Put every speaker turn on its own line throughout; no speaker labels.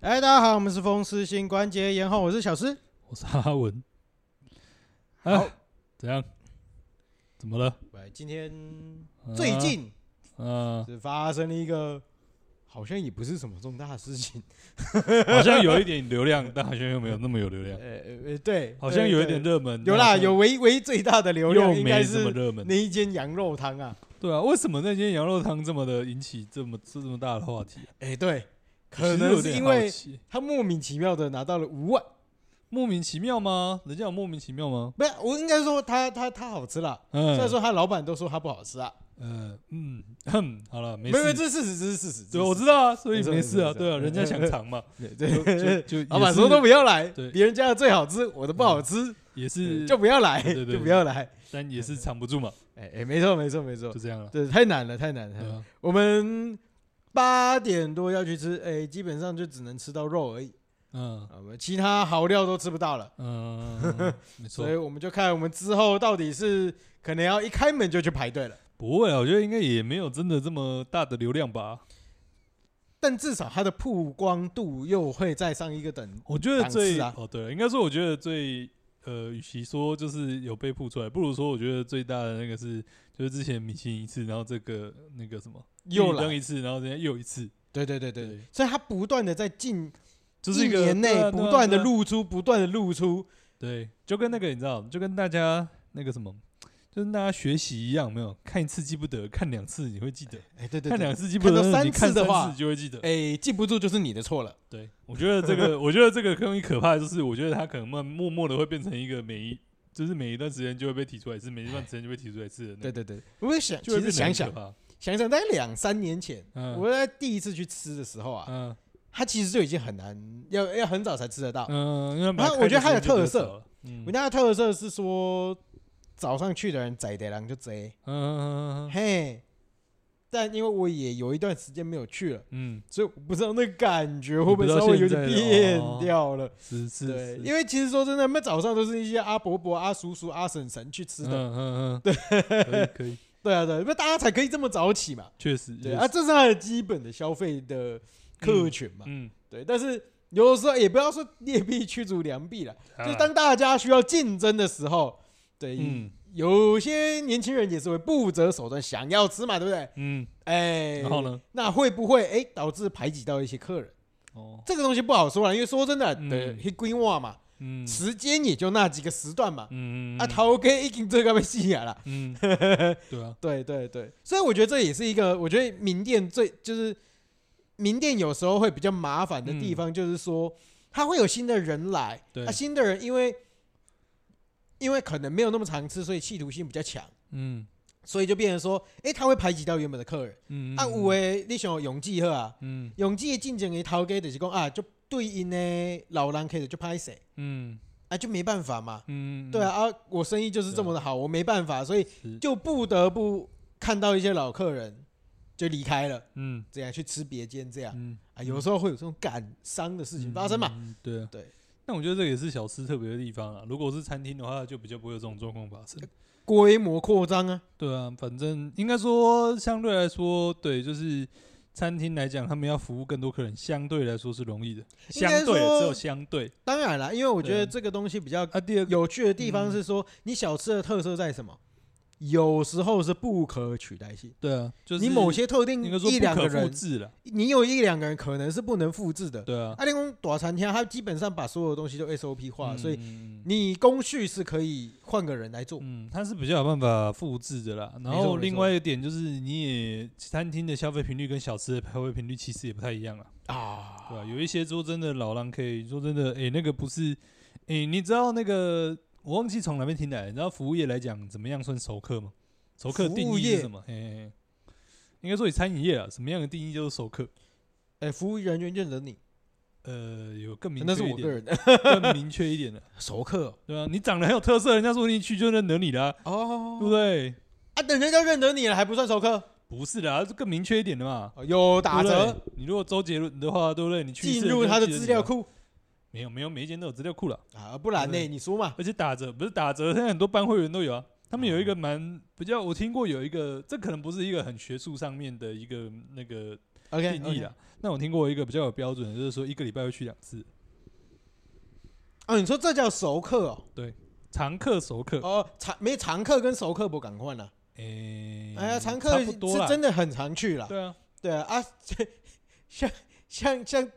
嗨，哎大家好，我们是风湿性关节炎后，我是小诗。
我是哈文。啊， 怎样？怎么了？
喂，今天最近
啊，
是发生了一个，好像也不是什么重大的事 情。
呃，好像有一点流量，但好像又没有那么有流
呃
量，
呃，对，
好像
对
有一点
对
热门。
有
但好
啦，
像
有唯唯最大的流量
又
应该
没这
是
么热门
那。一间羊肉汤啊。
对啊，为什么那间羊肉汤这么的引起这么这么大的话题啊？
哎，对，
我
可
其实
能
有
是
点
因
好
为
奇
他莫名其妙的拿到了五万，
莫名其妙吗？人家有莫名其妙吗？
不是，我应该说他他他好吃啦。虽然
嗯，
说他老板都说他不好吃啊，
呃，嗯，哼，好了，没
没有，没有
事。
这是事实，这是事实。
对，我知
道，
道啊，所以
没错
没事啊，
没错
对啊，
没错
人家想尝嘛，
对
就就
对，
就也
老板
是
说都不要来
对，
别人家的最好吃，我的不好吃，
也是，
就不要来，
对对对
就不要来。
但也是藏不住嘛，
哎哎，没错没错没错
就，这样了。
对，太难了太难了。太
对
难了
啊，
我们八点多要去吃，哎，基本上就只能吃到肉而已，
嗯
啊我们其他好料都吃不到了。
嗯，没错
所以。我们就看我们之后到底是可能要一开门就去排队了，
不会啊，我觉得应该也没有真的这么大的流量吧。
但至少它的曝光度又会再上一个等。
我觉得最、
档次啊
哦，对了，应该说我觉得最呃，与其说就是有被曝出来，不如说我觉得最大的那个是就是之前米其林一次，然后这个那个什么
又
绿灯
来，
一次，然后人家又一次，
对对对对
对
对，所以它不断的在近
就是一个
年
对
内
啊对啊
不断的
对啊
露出，不断的露出，
对，啊就跟那个你知道，就跟大家那个什么，就是大家学习一样，没有看一次记不得，看两次你会记得，
哎，对对
看两
对，
次记不
看到
得，但是
三
你看
次的话
三次就会记得。
哎，记不住就是你的错了。
对，我觉得这个，我觉得这个更可怕的就是，我觉得它可能慢默默的会变成一个每一，就是每一段时间就会被提出来一次，每一段时间就被提出来一次的那
对
个，
对对，我会想，
嗯就
其
会
实
变得
想
很
想
可怕。
想想，大概两三年前，
嗯
我在第一次去吃的时候啊，
嗯
它其实就已经很难，要要很早才吃得到。
嗯，因为
然后我觉得它有特色
嗯，
我
嗯
家的特色是说，早上去的人宰的人就贼，
嗯嗯
嘿。但因为我也有一段时间没有去了，
嗯，
所以我不知道那感觉会不会
你不知道
稍微有
现
点
在
变
哦
掉了。
是是，
对，
是
因为其实说真的，那早上都是一些阿伯伯、阿叔叔、阿婶婶去吃的。
嗯嗯嗯，对，可以可以，
对啊，对，那大家才可以这么早起嘛。
确实，
对
确
啊，
实，
这是他的基本的消费的客群嘛。
嗯，
对，但是有的时候也不要说劣币驱逐良币了，
当
就
然
当大家需要竞争的时候，对，
啊嗯
有些年轻人也是会不择手段想要吃嘛，对不对？
嗯，
哎，
然后？呢？
那会不会哎导致排挤到一些客人？
哦，
这个东西不好说了，因为说真的，
嗯
对，黑规划嘛，
嗯
时间也就那几个时段嘛。
嗯嗯
啊，，头哥已经最高被吸引了。
嗯，对啊，
对对对，所以我觉得这也是一个，我觉得名店最就是名店有时候会比较麻烦的地方，就是说它会有新的人来，
对
啊，新的人因为因为可能没有那么常吃，所以企图性比较强，
嗯
所以就变成说，诶，他会排挤到原本的客人。
嗯，
啊，
嗯
有，诶，你想永济好啊，
嗯
永济的竞争的头家就是讲啊，就对因的老人客就拍谁，
嗯
啊，就没办法嘛。
嗯，啊
对啊，啊，我生意就是这么的好，我没办法，所以
是
就不得不看到一些老客人就离开了，
嗯，
这样去吃别间，这样
嗯
啊，有时候会有这种感伤的事情发生嘛。
嗯对啊，
对。
那我觉得这也是小吃特别的地方啊。如果是餐厅的话，就比较不会有这种状况发生。
呃规模扩张啊，
对啊，反正应该说相对来说，对，就是餐厅来讲，他们要服务更多客人，相对来说是容易的。
应
相
该
对
说
只有相对
当然啦，因为我觉得
对
这个东西比较
啊。第二个，嗯
有趣的地方是说，你小吃的特色在什么？有时候是不可取代性，
对啊，就是
你某些特定
应该说
一
不
两个
可复
人，
制了。
你有一两个人可能是不能复制的。
对啊，
阿联公短餐厅，它基本上把所有东西都 SOP
嗯
化，所以
以
你工序是可以换个人来做，
嗯，它是比较有办法复制的啦。然
没错
后
没
另
错
外一点就是，你也餐厅的消费频率跟小吃的消费频率其实也不太一样啊。
啊，
对吧、有一些说真的老狼可以说真的，诶，那个不是，诶，你知道那个我忘记从哪边听来，你知道服务业来讲怎么样算熟客吗？熟客
服
定
务
义
业
是什么？嘿嘿嘿应该说以餐饮业啊，什么样的定义就是熟客？
哎，服务人员认得你，
呃，有更明
那是
确一
我个
点，
人的
更明确一点的，
熟客
对啊吧、你长得很有特色，人家说不定去就认得你啦、对 不
哦，
对？
啊，等人家认得你了还不算熟客，
不是啦，这更明确一点的嘛。
哦有打
对不对
折，
你如果周杰伦的话，对不对？你去一次
进入
人
他
家
的
就记得
资
你
料
了，
库
没有没有，每一间都有资料库了。
啊，不然呢，
对
你说嘛，
而且打折不是打折，现在很多班会员都有啊。他们有
哦
一个蛮比较，我听过有一个，这可能不是一个很学术上面的一个那个
OK，
定义啦。那我听过一个比较有标准的，就是说一个礼拜会去两次，
哦，你说这叫熟客哦？
常客熟客。
哦，常没常客跟熟客不赶快呢？
诶、
哎呀，常
嗯差
客
不
是
多啦
真的很常去啦。
对啊，
对啊，啊，这像像像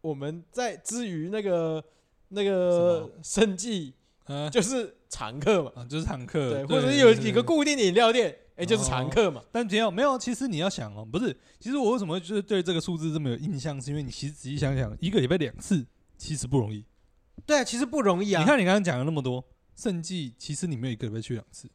我们在之于那个那个生计，
嗯、
就是常客嘛，
啊，就是常客，
对，
对
或者是有
对
几个
对
固定的饮料店，哎，就是常客嘛。
但没有没有，其实你要想哦，不是，其实我为什么会就是对这个数字这么有印象，是因为你其实仔细想想，一个礼拜两次其实不容易。
对啊，其实不容易啊
你。看你刚刚讲了那么多，甚至其实你没有一个礼拜去两次，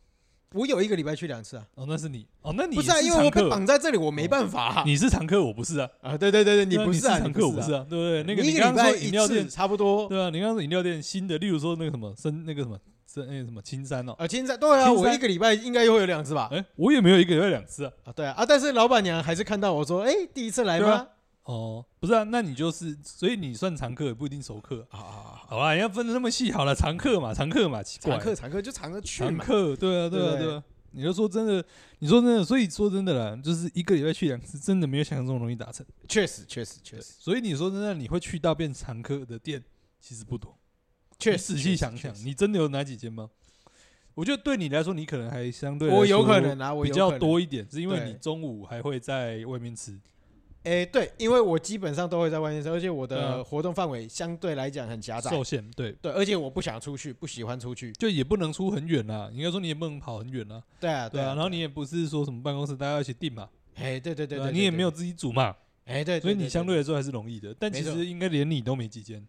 我有一个礼拜去两次啊，
哦，那是你，哦，那你
不是啊，
也
因为
常
我被
客哦
绑在这里，我没办法啊。
你是常客，我不是啊，
啊，对对对对，你
对啊
不
你
是啊，
常
你
客，我不
是
是
啊。
啊，对不对？那个
你一个
刚
礼
刚
拜
说饮料
一次
店，
差不多。
对啊，你刚刚说饮料店新的，例如说那个什么深那个什么深那个什么青山哦，
啊，现在对啊，
青山
我一个礼拜应该会有两次吧？
哎，我也没有一个礼拜两次啊，
啊，对啊，啊，但是老板娘还是看到我说，哎，第一次来
对
吗
啊？哦，不是啊，那你就是，所以你算常客也不一定熟客啊。
啊啊啊，啊
好啦，你要分的那么细，好了，常客嘛，常客嘛，奇怪，
常客常客就常客去
常
嘛。
客，对啊，对
对
啊，
不对
对啊。你就说真的，你说真的，所以说真的啦，就是一个礼拜去两次，真的没有想象中容易达成。
确实，确实，确
对，
实，
所以你说真的，你会去到变常客的店其实不多。
确
你
实。
仔
确
细
实
想想
确，实
你真的有哪几间吗？我觉得对你来说，你可能还相对来
我有
说
可能啊，我
比
有可
较
能。
多一点，是因为
对
你中午还会在外面吃。
哎，对，因为我基本上都会在外面吃，而且我
对啊
的活动范围相对来讲很狭窄
受。限，对，
对，而且我不想出去，不喜欢出去。
就也不能出很远啦，应该说你也不能跑很远啦，
对啊，
对
啊
啊，，然后你也不是说什么办公室大家要一起订嘛，
哎，对对对
啊
对，
你也没有，自己煮嘛，
哎，对，对
所以你
对
相对来说还是容易的。但
没
其
错
实应该连你都没几间，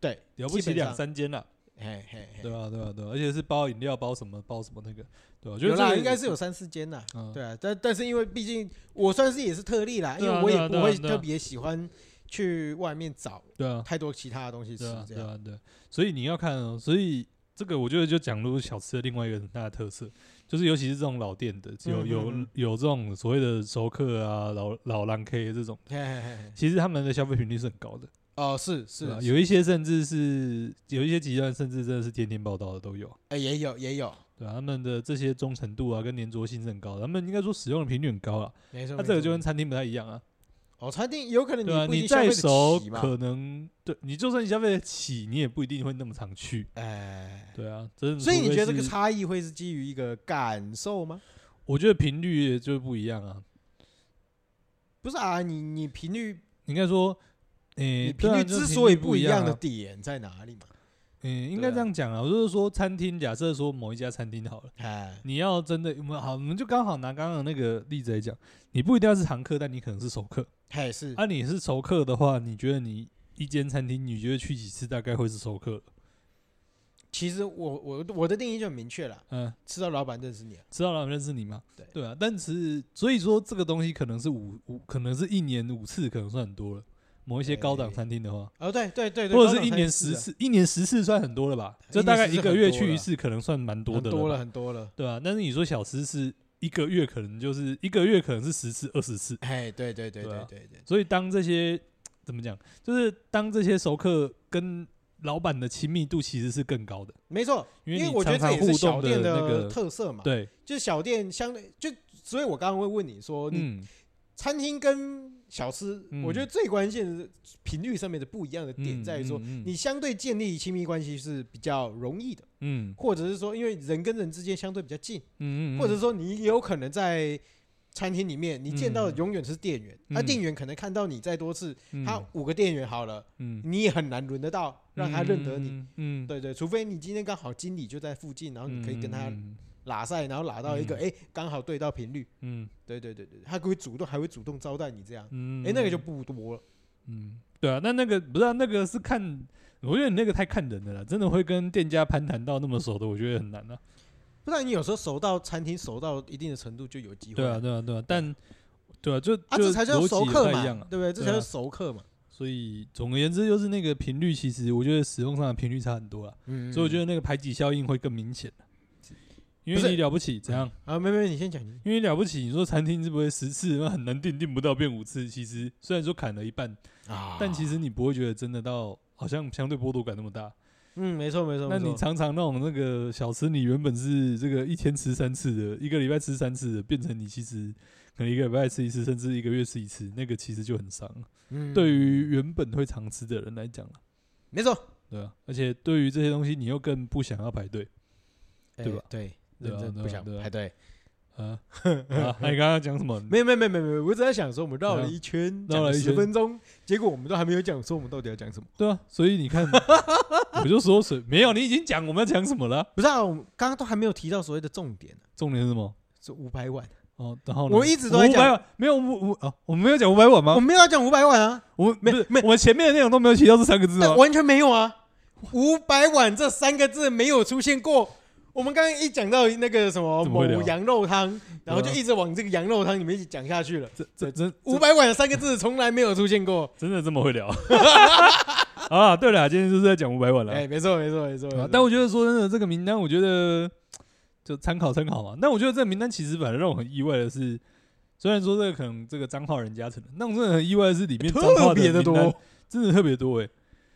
对，
了不
基
起
本
两
上，
三间啦，
嘿嘿嘿，
对啊，对啊，对啊，而且是包饮料、包什么、包什么那个，对吧？啊我觉
有
得这
啦，
个
应该是有三四间呐。
嗯，
对啊，但但是因为毕竟我算是也是特例啦，因
对啊
为我
对啊
也
对
不
啊
会
对啊
特别喜欢去外面找
对啊，
太多其他的东西吃
对啊，
这
对
样。
啊，对啊。所以你要看哦，所以这个我觉得就讲入小吃的另外一个很大的特色，就是尤其是这种老店的，有有
嗯嗯嗯
有这种所谓的熟客啊、老老狼 K 这种，
嘿嘿嘿嘿，
其实他们的消费频率是很高的，
哦，是是
对啊，，
是
有一些甚至是有一些集团甚至真的是天天报道的都有。
哎也有也有，
对啊，他们的这些忠诚度啊，跟粘着性是很高的，他们应该说使用的频率很高了。
没错。
那、
没
啊这个
错
就跟餐厅不太一样啊，
哦，餐厅有可能
对啊，
你不一
你
定消费
再
得
熟
起嘛，
可能对你就算你消费得起，你也不一定会那么常去。
哎，
对啊，真的。
所以你觉得这个
差？
差异会是基于一个感受吗？
我觉得频率就不一样啊。
不是啊，你你频率
应该说，诶、
你频
对啊
率
就是
之所以
不
不一
样
样的
啊，
点在哪里嘛？
嗯、应该这样讲啊。我就是说，餐厅假设说某一家餐厅好了，
哎，
你要真的，我们好，我们就刚好拿刚刚的那个例子来讲，你不一定要是常客，但你可能是熟客。
嘿是
啊，你是熟客的话，你觉得你一间餐厅，你觉得去几次大概会是熟客？
其实我我我的定义就很明确了，
嗯，
吃到老板认识你了，啊
知道老板认识你吗？
对
对啊，但是所以说这个东西可能是五五，可能是一年五次，可能算很多了。某一些高档
诶
餐厅的话，
哦对对对对，
或
高
者是一
档
年
餐厅
十
啊
次，一年十次算很多了吧？
一
就
年
大概
十
一
次
个
很
月
多
去一
了
次，可能算蛮多
很
的
多了
了吧，
很多了。
对啊，但是你说小吃是一个月，可能就是一个月可能是十次、二十次，
哎，对对对
对
对
啊
对对，
所以当这些怎么讲，就是当这些熟客跟老板的亲密度其实是更高的，
没错，
因
因为
你
我觉得
常
这
常
也是
互
小
动
店
那
的
个，
特色嘛，
对，
就是小店相对就，所以我刚刚会问你说，哦你
嗯，
餐厅跟小吃，我觉
嗯
得最关键的是频率上面的不一样的点
嗯
在于说，，
嗯
你，相对建立亲密关系是比较容易的，
嗯
或者是说，因为人跟人之间相对比较近，
嗯嗯，
或者
嗯
说你有可能在。餐厅里面，你见到的
嗯
永远是店员，那、
嗯
店员可能看到你再多次，
嗯
他五个店员好了，
嗯
你也很难轮得到让他认得你，，
嗯，嗯，
对对，除非你今天刚好经理就在附近，然后你可以跟他
嗯，嗯
拉赛，然后拉到一个
嗯
哎刚、好对到频率，
嗯
对对对对，他会主动还会主动招待你这样，哎、
嗯，
那个
嗯
就不多了，
嗯，对啊，那那个不是、啊、那个是看，我觉得你那个太看人的了啦，真的会跟店家攀谈到那么熟的，我觉得很难啊。
不然你有时候熟到餐厅熟到一定的程度就有机会，
对啊，对啊，对啊，但对啊，就
啊
就
这才叫
逻辑
熟
也
客
不太
嘛
一样，啊。
对不对？这
对
才
啊
叫熟客嘛，
所以总而言之，就是那个频率，其实我觉得使用上的频率差很多了，
嗯，
所以我觉
得
得那个排挤效应会更明显啊因
不
为
是
你了不起，怎样？
啊，没没没，你先讲，你
因为了不起，你说餐厅是不会十次，那很难定，定不到变五次。其实虽然说砍了一半，
啊
但其
实
实你不会觉得真的到好像相对剥夺感那么大。
嗯，没错没错。
那
没
你
错
常常那种那个小吃，你原本是这个一天吃三次的，一个礼拜吃三次的，变成你其实可能一个礼拜吃一次，甚至一个月吃一次，那个其实就很伤。
嗯
对于原本会常吃的人来讲啦
没错，
对啊，而且对于这些东西，你又更不想要排队对
哎
吧
对，
对
认
啊
真
对啊
不想
对啊
排队。
啊。啊那你刚刚讲什么？
没有没有没有没有没有，我只在想说我们绕了一圈，
啊绕了一圈
十分钟，结果我们都还没有讲说我们到底要讲什么。
对啊，所以你看， 我就说谁没有，你已经讲我们要讲什么了。
不是啊，我们刚刚都还没有提到所谓的重点呢，
重点是什么？
是五百万，啊
哦，然后呢
我一直都在
五百
讲
碗，没有五五啊，我们没有讲五百碗吗
我？没有要讲五百万啊，
我们
没
不是
没
我们前面的内容都没有提到这三个字哦
但
吗？
完全没有啊，五百万这三个字没有出现过。我们刚刚一讲到那个什么
怎么会
某
聊
羊肉汤，然后就
对啊
一直往这个羊肉汤里面一起讲下去了。
这这真
五
真
百万三个字从来没有出现过。
真的这么会聊 啊？对了，今天就是在讲五百碗了。
哎，没错没错没错。
啊
没错
但我觉得说真的，这个名单我觉得就参考参考嘛。但我觉得这个名单其实反而让我很意外的是，虽然说这个可能这个彰化人加成的，那我真的很意外的是里面彰
哎特
化
别的
的名单
多，
真的特别多哎、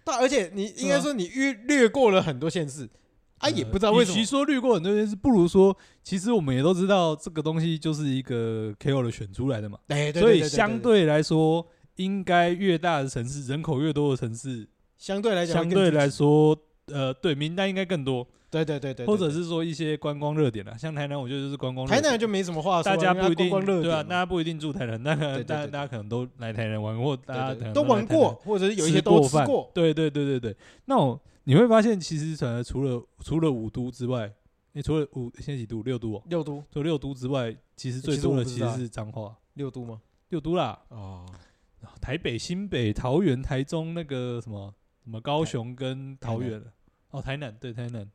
但而且你应该
对啊
说你略略过了很多县市，啊，
呃
也不知道为什
与
么
其。说滤过很多件事，不如说其实我们也都知道这个东西就是一个 KOL 选出来的嘛，
哎，对
所
对
以相对来说，应该越大的城市，人口越多的城市，
相对来讲会
相
更
对
积
来
极，
说，呃，对名单应该更多，
对对对对，对
或者
对
是说一些观光热点啦，像台南，我觉得就是观光热
台
点。
南就没什么话说啊，
大家
因为它
不一定
观光热
对啊，
点嘛
大家不一定住台南，那
对对
个大
对对
大家可能都来台南玩，或大家
对
可
对对
能
都
来
玩
台南
过，或者是有一些
过
都吃
饭
过，
对对对对对，那我你会发现，其实呃，除了除了五都之外，你、除了五现在几都六都哦，
六都
除了六都之外，其实最
其实
多
我
的
不知
其
道
实
欸
是彰化
六都吗？
六都啦，
哦，
台北、新北、桃园、台中那个什么什么高雄跟
台南
桃园哦，台南对台南。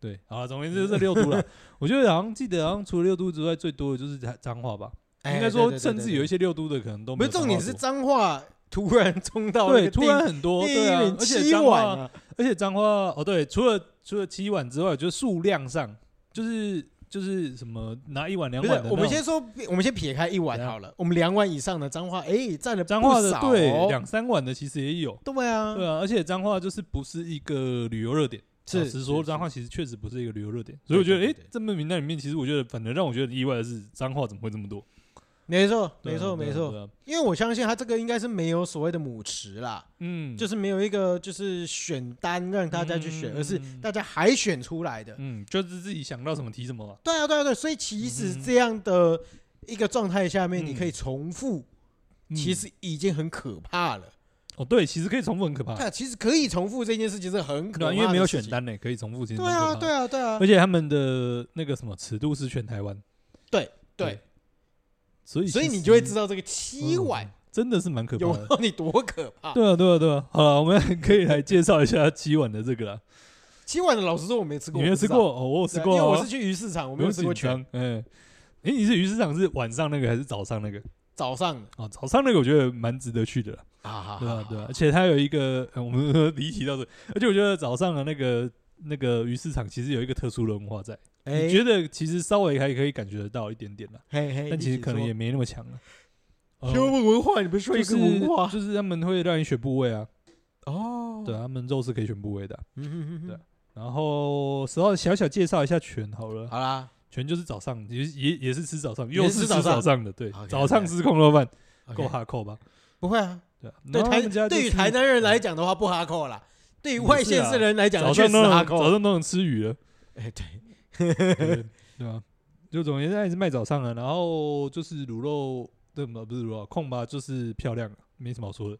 对，好了，总而言之就是这六都 了。我觉得好像记得，好像除了六都之外，最多的就是彰彰化吧。
哎
应该
对
说，
对对
甚
对
至
对
有一些六都的可能都
不
没
是
有彰
重
化多。
点是脏话突然冲到那
对，
个
突
地
然很多，
地
对啊，
域
而且
七
彰
碗
化
啊，
而且彰化哦，对，除了除了七碗之外，我觉得数量上就是就是什么拿一碗两
不是
碗的那种，
我们先说，我们先撇开一碗
怎样
好了，我们两碗以上的脏话，哎，占了
彰
不
化的
少
对
哦
两三碗的其实也有，
对啊，
对啊，而且彰化就是不是一个旅游热点。
是
老实说，
是
彰化其实确实不是一个旅游热点，所以我觉得，
对对
哎
对对，
这份名单里面，其实我觉得，反而让我觉得意外的是，彰化怎么会这么多？
没错没
对啊
错没，错
对，啊对啊
因为我相信他这个应该是没有所谓的母池啦，
嗯，
就是没有一个就是选单让大家去选，
嗯
而是大家海选出来的。
嗯，就是自己想到什么提什么嘛。
对啊，对啊，对啊，所以其实
嗯哼
这样的一个状态下面，
嗯
你可以重复，
嗯
其实已经很可怕了。
哦，对，其实可以重复很可怕，
对啊，其实可以重复这件事情是很可
嗯对
怕
啊，
的，
因为没有选。单呢，可以重复其实
对
蛮可
啊，
怕的
对啊，对啊
而，且他们的那个什么尺度是全台湾，
对对，
所以
所以
其
你
实
就会知道这个七
啊嗯
碗
真的是蛮可怕
有
的。
到底多可怕。
对啊，对啊，对啊。好了，我们 可以来介绍一下七碗的这个啦。
七碗的老实说我没吃过，
你没有
我不
吃
知道
过？，哦，我有吃
对啊
过啊。
因为我是去鱼市场，我
我
没有吃过全
全。哎，哎，你是鱼市场是晚上那个还是早上那个？
早上的
哦，早上那个我觉得蛮值得去的啦。
啊
对啊，对啊。而且它有一个，呃我们 离题到这，而且我觉得早上的那个那个鱼市场其实有一个特殊的文化在，
哎
你，觉得其实稍微还可以感觉得到一点点啦。
嘿嘿，
但其
一
实
起
可能
说
也没那么强了。呃
幽默文化，你们说一个文化
就是，就是他们会让你选部位啊，
哦
对啊，他们肉是可以选部位的啊、
嗯哼哼
对啊然后稍微小小介绍一下拳好了，
好啦
拳就是早上，也也也是吃早上，
也
又
是吃
吃
早上
早上的，对
OK，OK
早上吃空肉饭，
，OK，
够哈扣吧？
不会啊，
对啊，
对
然后他
台
们家就
对于
是
台南人来讲的话不哈扣啦，对于外县市人来讲
啊早
确
上
实
都
哈
能早
扣，
上都能吃鱼了，
哎对，
对对啊，就总而言之，它也是卖早上的，然后就是卤肉，对嘛，不是卤肉，控吧就是漂亮，啊没什么好 说的，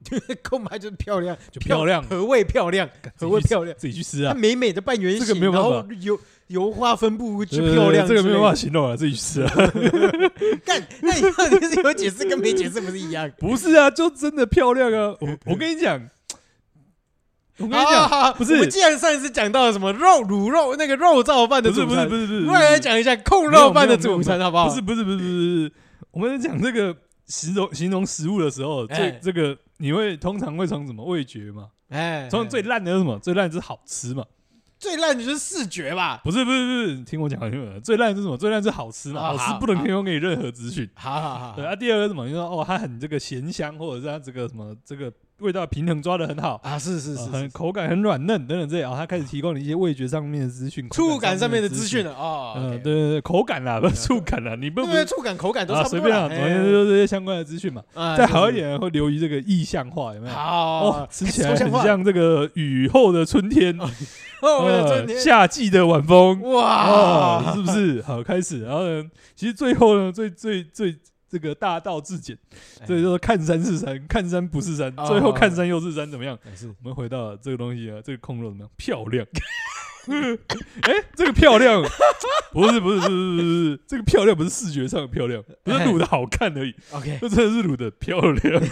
空白就是漂亮，
就漂亮，
何谓漂亮？何谓漂亮？
自己去吃啊
它，美美的半圆
这
形，
个没有
然
办法
后油油花分布之
啊对对
漂亮，
对这个没有办法。形容啊，自己去 吃啊。
干，那你到底是有解释跟没解释不是一样？
不是啊，就真的漂亮啊！我我跟你讲， 我跟你
好
讲，
好好
不是
啊我们既然上一次讲到了什么肉卤肉那个肉燥饭的
不是
主
不是
餐，
不是不是，
不然来讲一下控肉饭的主餐好不好？
不是不是不是不是不是，我们在讲这个形容形容食物的时候，
哎
最这个你会通常会从什么味觉嘛？
哎，
从最烂的是什么？最烂的是好吃嘛？
最烂的就是视觉吧。
不是不是不是，听我讲完就好了，最烂的是什么？最烂的是好吃
啊
嘛？好吃
好
不能提供给你任何资讯。啊
好好好，
对啊，第二个是什么？你说哦，它很这个咸香，或者是它这个什么这个味道平衡抓的很好，
啊，是是
呃
是
很
是，
口感很软嫩等等这些啊，它开始提供你一些味觉上面的资讯，
触感上面的
资
资讯。了哦，
嗯，
OK
对，对对，口感啦，不是触感啦，你不
因为触感口感 都
啊
差不
随
多
便
啦
啊，反正就是这些相关的资讯嘛。
哎
再
啊
好一
是是
点会留意这个意象化有没
是啊
有？
好
哦，，吃起来
抽象
很
化
像这个雨后的 春天，
哦，我的春
呃
天，
夏季的晚风，哦，
哇，
是不是？好，开始。然后呢，其实最后呢，最最最这个大道至简，
哎
所以说看山是山，看山不是山，
哦
最后看山又是山，怎么样？
哎是
我们回到了这个东西啊，这个控肉怎么样？漂亮。哎，这个漂亮不是不是不是不是不是，这个漂亮不是视觉上的漂亮，不是卤的好看而已，
OK，
这真的是卤的漂亮。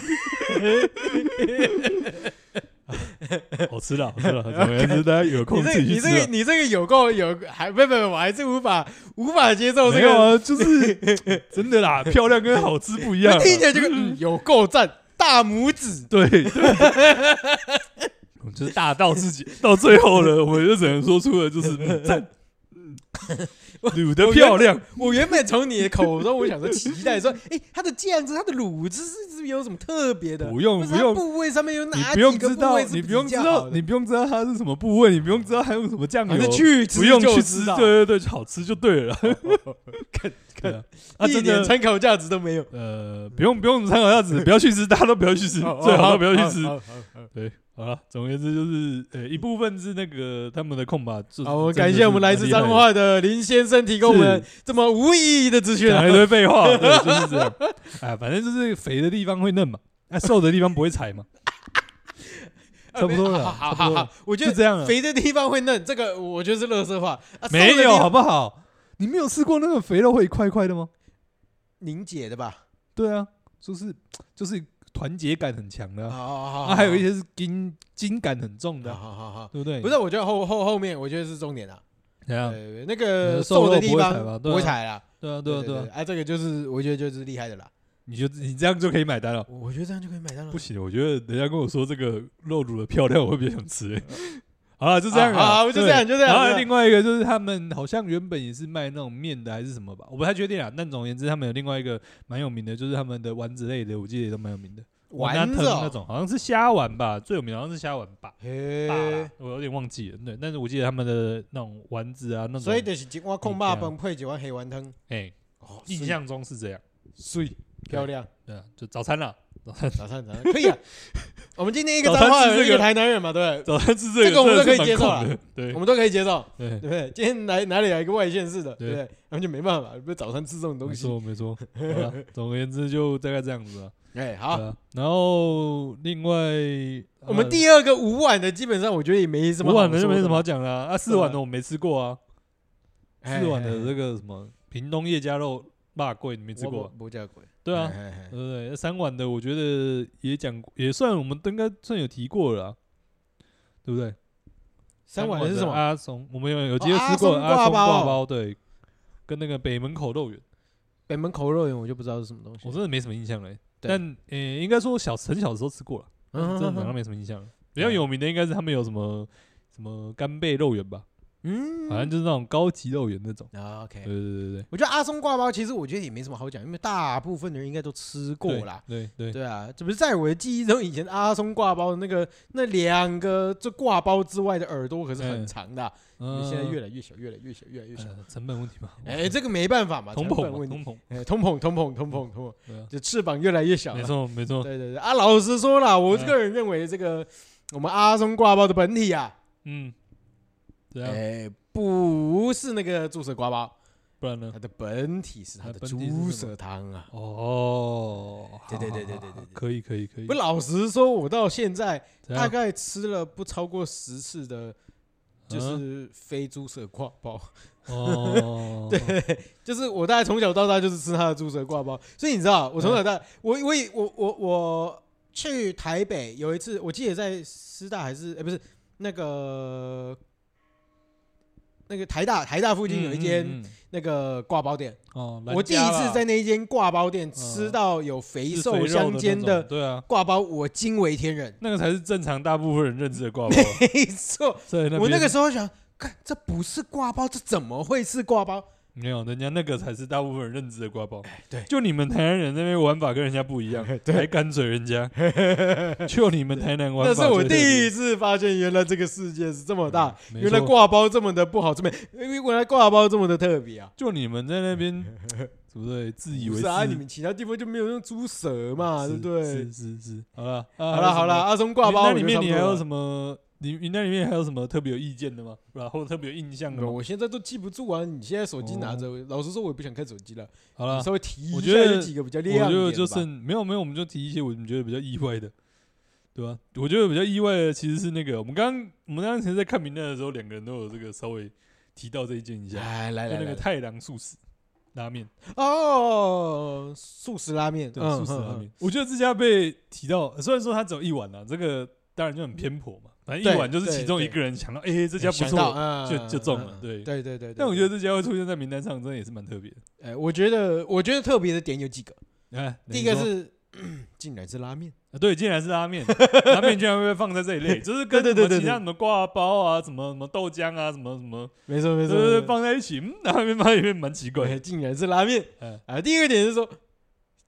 好吃啦，好吃啦，总而言之，大家有空
你这
自己
你
去吃
这个
啊。
你这个有够有还不不，我还是无法无法接受这
没有
个，
啊，就是真的啦，漂亮跟好吃不一样啊。
听起来这个 嗯有够赞，大拇指，
对 对，我们就是大到自己到最后了，我们就只能说出了就是 嗯赞，卤的漂亮，
我原本从你的口中，我想说期待说，哎，它的酱汁、它的卤汁是是不是有什么特别的？
不用
或是
不
它
用。
部位上面有
你
哪
不用
几个
知
部
道，
位是
你
比
不用知
较好
道，
的
你不用知道它是什么部位，你不用知道还有什么酱
反
油，
正去吃
不用
就
去
知
吃，
道
对对对，好吃就对 了。看
看
看啊，
一
真
点
的
参考价值都没有，
呃，不用不用参考价值，不要去吃，大家都不要去吃，
哦
最好都不要去。吃。
哦好好好好
对，好了，总而言之就是，呃，一部分是那个他们的控吧。就是
好，我们
真的
感
是
谢我们来自
蛮厉害
彰
的，
化的林先生提供我们这么无意义的资讯
讲
啊
了一！堆废话，对，就是这样。哎，反正就是肥的地方会嫩嘛，哎，瘦的地方不会踩嘛，差不多了
好
啦，
好
差不
好
多了
好，，我觉
就
得
这样了。
肥的地方会嫩，这个我觉得是乐色话啊，瘦的
没
地
有
方
好不好？你没有吃过那个肥肉会一块一块的吗？
凝结的吧？
对啊，就是就是团结感很强的
好
啊，
好好好，
啊还有一些是筋筋感很重的
好
啊，
好好好，
对不对？
不是，我觉得后后后面我觉得是重点啊，
怎样？
呃，那个
呃瘦肉
瘦的地
不会踩
方
吧
不
对啊
会踩啦，
对啊，对啊，对啊，
啊，这个就是我觉得就是厉害的啦，
你就你这样就可以买单了。
我我觉得这样就可以买到了
不，行，我觉得人家跟我说这个肉卤的漂亮，我会比较想 吃、欸。好了，就这样
啊好好
对
就这样就这样就这
然后
样
另外一个就是他们好像原本也是卖那种面的还是什么吧，我不太确定啊。但总而言之，他们有另外一个蛮有名的，就是他们的丸子类的，我记得也都蛮有名的。
丸
藤
子哦
那，种，好像是虾丸吧，最有名好像是虾丸吧。吧
嘿
啦，，我有点忘记了。对，但是我记得他们的那种丸子啊，那种，
所以就是一碗空肉饭配一碗黑丸汤，
哎、
哦
印象中是这样。
水漂 亮。
对啊，就早餐啦，
早餐早餐可以 啊。我们今天一个
早
彰
餐
化
吃
人，
这
一个
个
台南人嘛，对不
早餐吃这个，
这个我们都可以接受啦
了。对
对？我们都可以接受，
对
对，不对？今天哪哪里来一个外县市的，对
对
不对？他们就没办法，不是早餐吃这种东
没
西。
错没 错，好啦总而言之就大概这样子了。
哎，
对
好，
啊，然后另外呃
我们第二个五碗的，基本上我觉得也没什么
五
好说
碗
的，
的就没什么好讲了啊，四
对啊
碗的我没吃过啊，
哎。
四碗的这个什么屏东夜加肉霸贵你没
没
吃过啊？
没加过。
对啊
哎，，哎哎
对不对？三碗的我觉得也讲过也算我们都应该算有提过了啊，对不对？
三碗的
的
是什么？
阿松，我们有有
哦
机会
阿
吃过
松
阿
挂
松挂
包
包，对，跟那个北门口肉圆。
北门口肉圆，我就不知道是什么东西。
我真的没什么印象了欸、
对
但呃、应该说小很小的时候吃过了，
嗯
嗯，真的
嗯
好
嗯
像没什么印象了。比较有名的应该是他们有什么什么干贝肉圆吧，
嗯，
好像就是那种高级肉圆那种。
啊
对
OK。
对对对
我觉得阿松挂包，其实我觉得也没什么好讲，因为大部分的人应该都吃过
对，
啦。
对对对
对啊，这不是在我的记忆中，以前阿松挂包的那个那两个这挂包之外的耳朵可是很长的啊、
嗯
你现在越来越小，越来越小，越来越小。
呃成本问题嘛，
哎、这个没办法嘛，
通
成
膨
本
嘛
问题，
通膨，
哎通膨，通膨，通膨，通膨，
对啊，
就翅膀越来越小
没
了。
错没错，
啊对对对，啊，老实说啦，我
嗯
个人认为这个我们阿松挂包的本体啊，
嗯，对
哎、
啊，
不是那个注射挂包，
不然呢
它？的本体是它的
嗯它本体是什么
猪舌汤啊。
哦，
对对对对
好
对
好好
对对
可以可以可以，
不，老实说，我到现在
怎
大
样
概吃了不超过十次的，
嗯
就是非猪舌挂包。
哦，对，
就是我大概从小到大就是吃他的猪舌挂包，所以你知道，我从小
嗯
到大，我我以我我我去台北有一次，我记得在师大还是哎、不是那个那个台大台大附近有一间
嗯嗯嗯
那个挂包店，
哦，
我第一次在那一间挂包店吃
嗯
到有肥
一
瘦相间的
的，对啊，
挂包，我惊为天人。
那个才是正常大部分人认知的挂包。
没错，
在那边
我那个时候想，看这不是挂包，这怎么会是挂包？
没有，人家那个才是大部分人认知的挂包。
哎对
就你们台南人那边玩法跟人家不一样，
对
还干嘴 人家。就你们台南玩
那
法
是
最特
我
别，
第一次发现，原来这个世界是这么大，
没
原来
错
挂包这么的不好，这么原来挂包这么的特别啊！
就你们在 那边，对不对？自以为
不是啊，
是
你们其他地方就没有用猪舌嘛，对
是
不对
是？是是，好啊了，好
好了好了，，阿松挂包
那里面你还有
么？
什么？你你那里面还有什么特别有意见的吗？然后特别有印象的吗？
我现在都记不住啊！你现在手机拿着，老实说，我也不想看手机了。
好了
你，稍微提一
哦啊我
下，
觉得
有几个比较
我
亮
觉
一点
得
的
就
吧
是没有没有，我们就提一些我们觉得比较意外的，对吧、我觉得比较意外的其实是那个，我们刚刚我们刚才在看名单的时候，两个人都有这个稍微提到这一件一下，
哎，来
就
来
那
来嗯
个，太郎素食拉面，
哦，素食拉面，
对，
嗯
素食拉，
嗯
面，我觉得这家被提到，虽然说它只有一碗啊，这个当然就很偏颇嘛，反正
嗯对
一碗就是
对
其中一
对
个人想到，哎，这
嗯
家不
想到
错，
嗯
就就中了
嗯
对
对对对。
但我觉得
得，
这家会出现在名单上，真的也是蛮特别的。
哎，我觉得，我觉得特别的点有几个，
哎，
第一
你
个
说
是， 竟然是拉面，
啊对，竟然是拉面，拉面居然会被放在这一类，就是跟
对
什
对
么
对对
其他什么挂包啊、什么什么豆浆啊、什么什么，
没错没
对
错，
对对，
没错
放在一起，嗯，拉面放在里面蛮奇 怪
哎
的。
竟然是拉面
嗯，
啊，第二个点是说，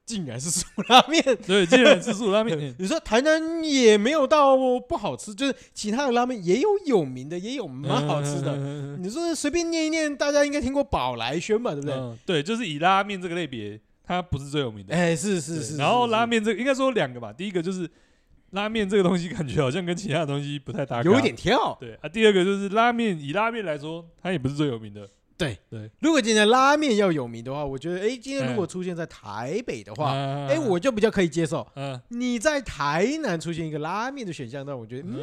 竟然是素拉 面。
对，竟然是素拉面，嗯
你说台南也没有到不好吃，就是其他的拉面也有有名的，也有 蛮好吃的。
嗯
你说随便念一念，大家应该听过宝来轩 吧，对不对？
嗯对，就是以拉面这个类别，它不是最有名的。
哎，是
对
是是。
然后
是
拉
是
面这个应该说有两个吧，第一个就是拉面这个东西，感觉好像跟其他的东西不太搭嘎，
有一点跳。
对啊。第二个就是拉面，以拉面来说，它也不是最有名的。
如果今天拉面要有名的话，我觉得，哎，今天如果
嗯
出现在台北的话，
哇
哎，我就比较可以接受。
嗯
你在台南出现一个拉面的选项，让我觉得，嗯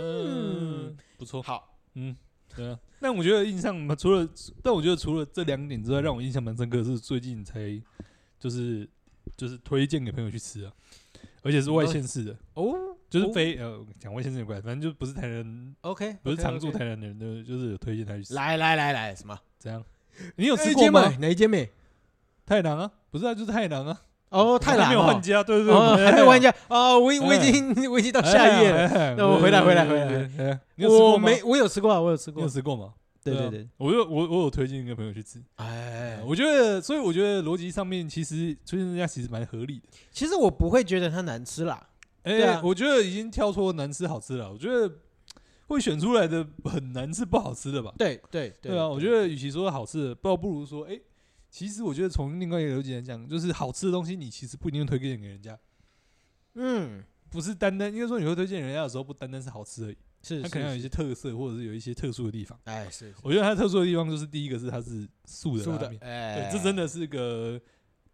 嗯，，不错。
好，
嗯，对啊。但我觉得印象嘛除了，但我觉得除了这两点之外，让我印象蛮深刻的是最近才就是就是推荐给朋友去吃啊，而且是外县市的，
哦
就是
哦
非、呃讲外县市也怪，反正就不是台南，
，OK，
不是常驻
OK，OK
台南的人，就是就是有推荐他去吃。
来来来来，什么？
怎样？你有
哪
吃
一
过
间
吗？
美？哪一间美？
太郎啊，不是啊，就是太郎啊，
哦，太
还
难
没有
了
换。哎家，对对对，
哦，
我们
还没玩
家，
家哦，我已我已经 我已经到下一页了。
了
那我回来回来回来
来，哎你有吃
我
过吗？
没，我有吃过啊，我有吃
你
过
有。吃过吗？
对对
啊
对，，
我有我我有推荐一个朋友去吃，
哎，
我觉得，所以我觉得逻辑上面其实推荐这家其实蛮合理的。
其实我不会觉得它难吃啦。
哎、
对啊
我觉得已经跳脱难吃好吃了，我觉得会选出来的很难吃不好吃的吧？
对对
对啊，我觉得与其说好吃的，倒不如说，哎、其实我觉得从另外一个逻辑来讲，就是好吃的东西你其实不一定会推荐给人家，
嗯，
不是单单应该说你会推荐人家的时候，不单单是好吃而已，
是
它
是
可能有一
是，
些特色，或者是有一些特殊的地方。
哎，是
我觉得它特殊的地方就是第一个是它是素的
素
拉
的
面，，
哎
对，，这真的是个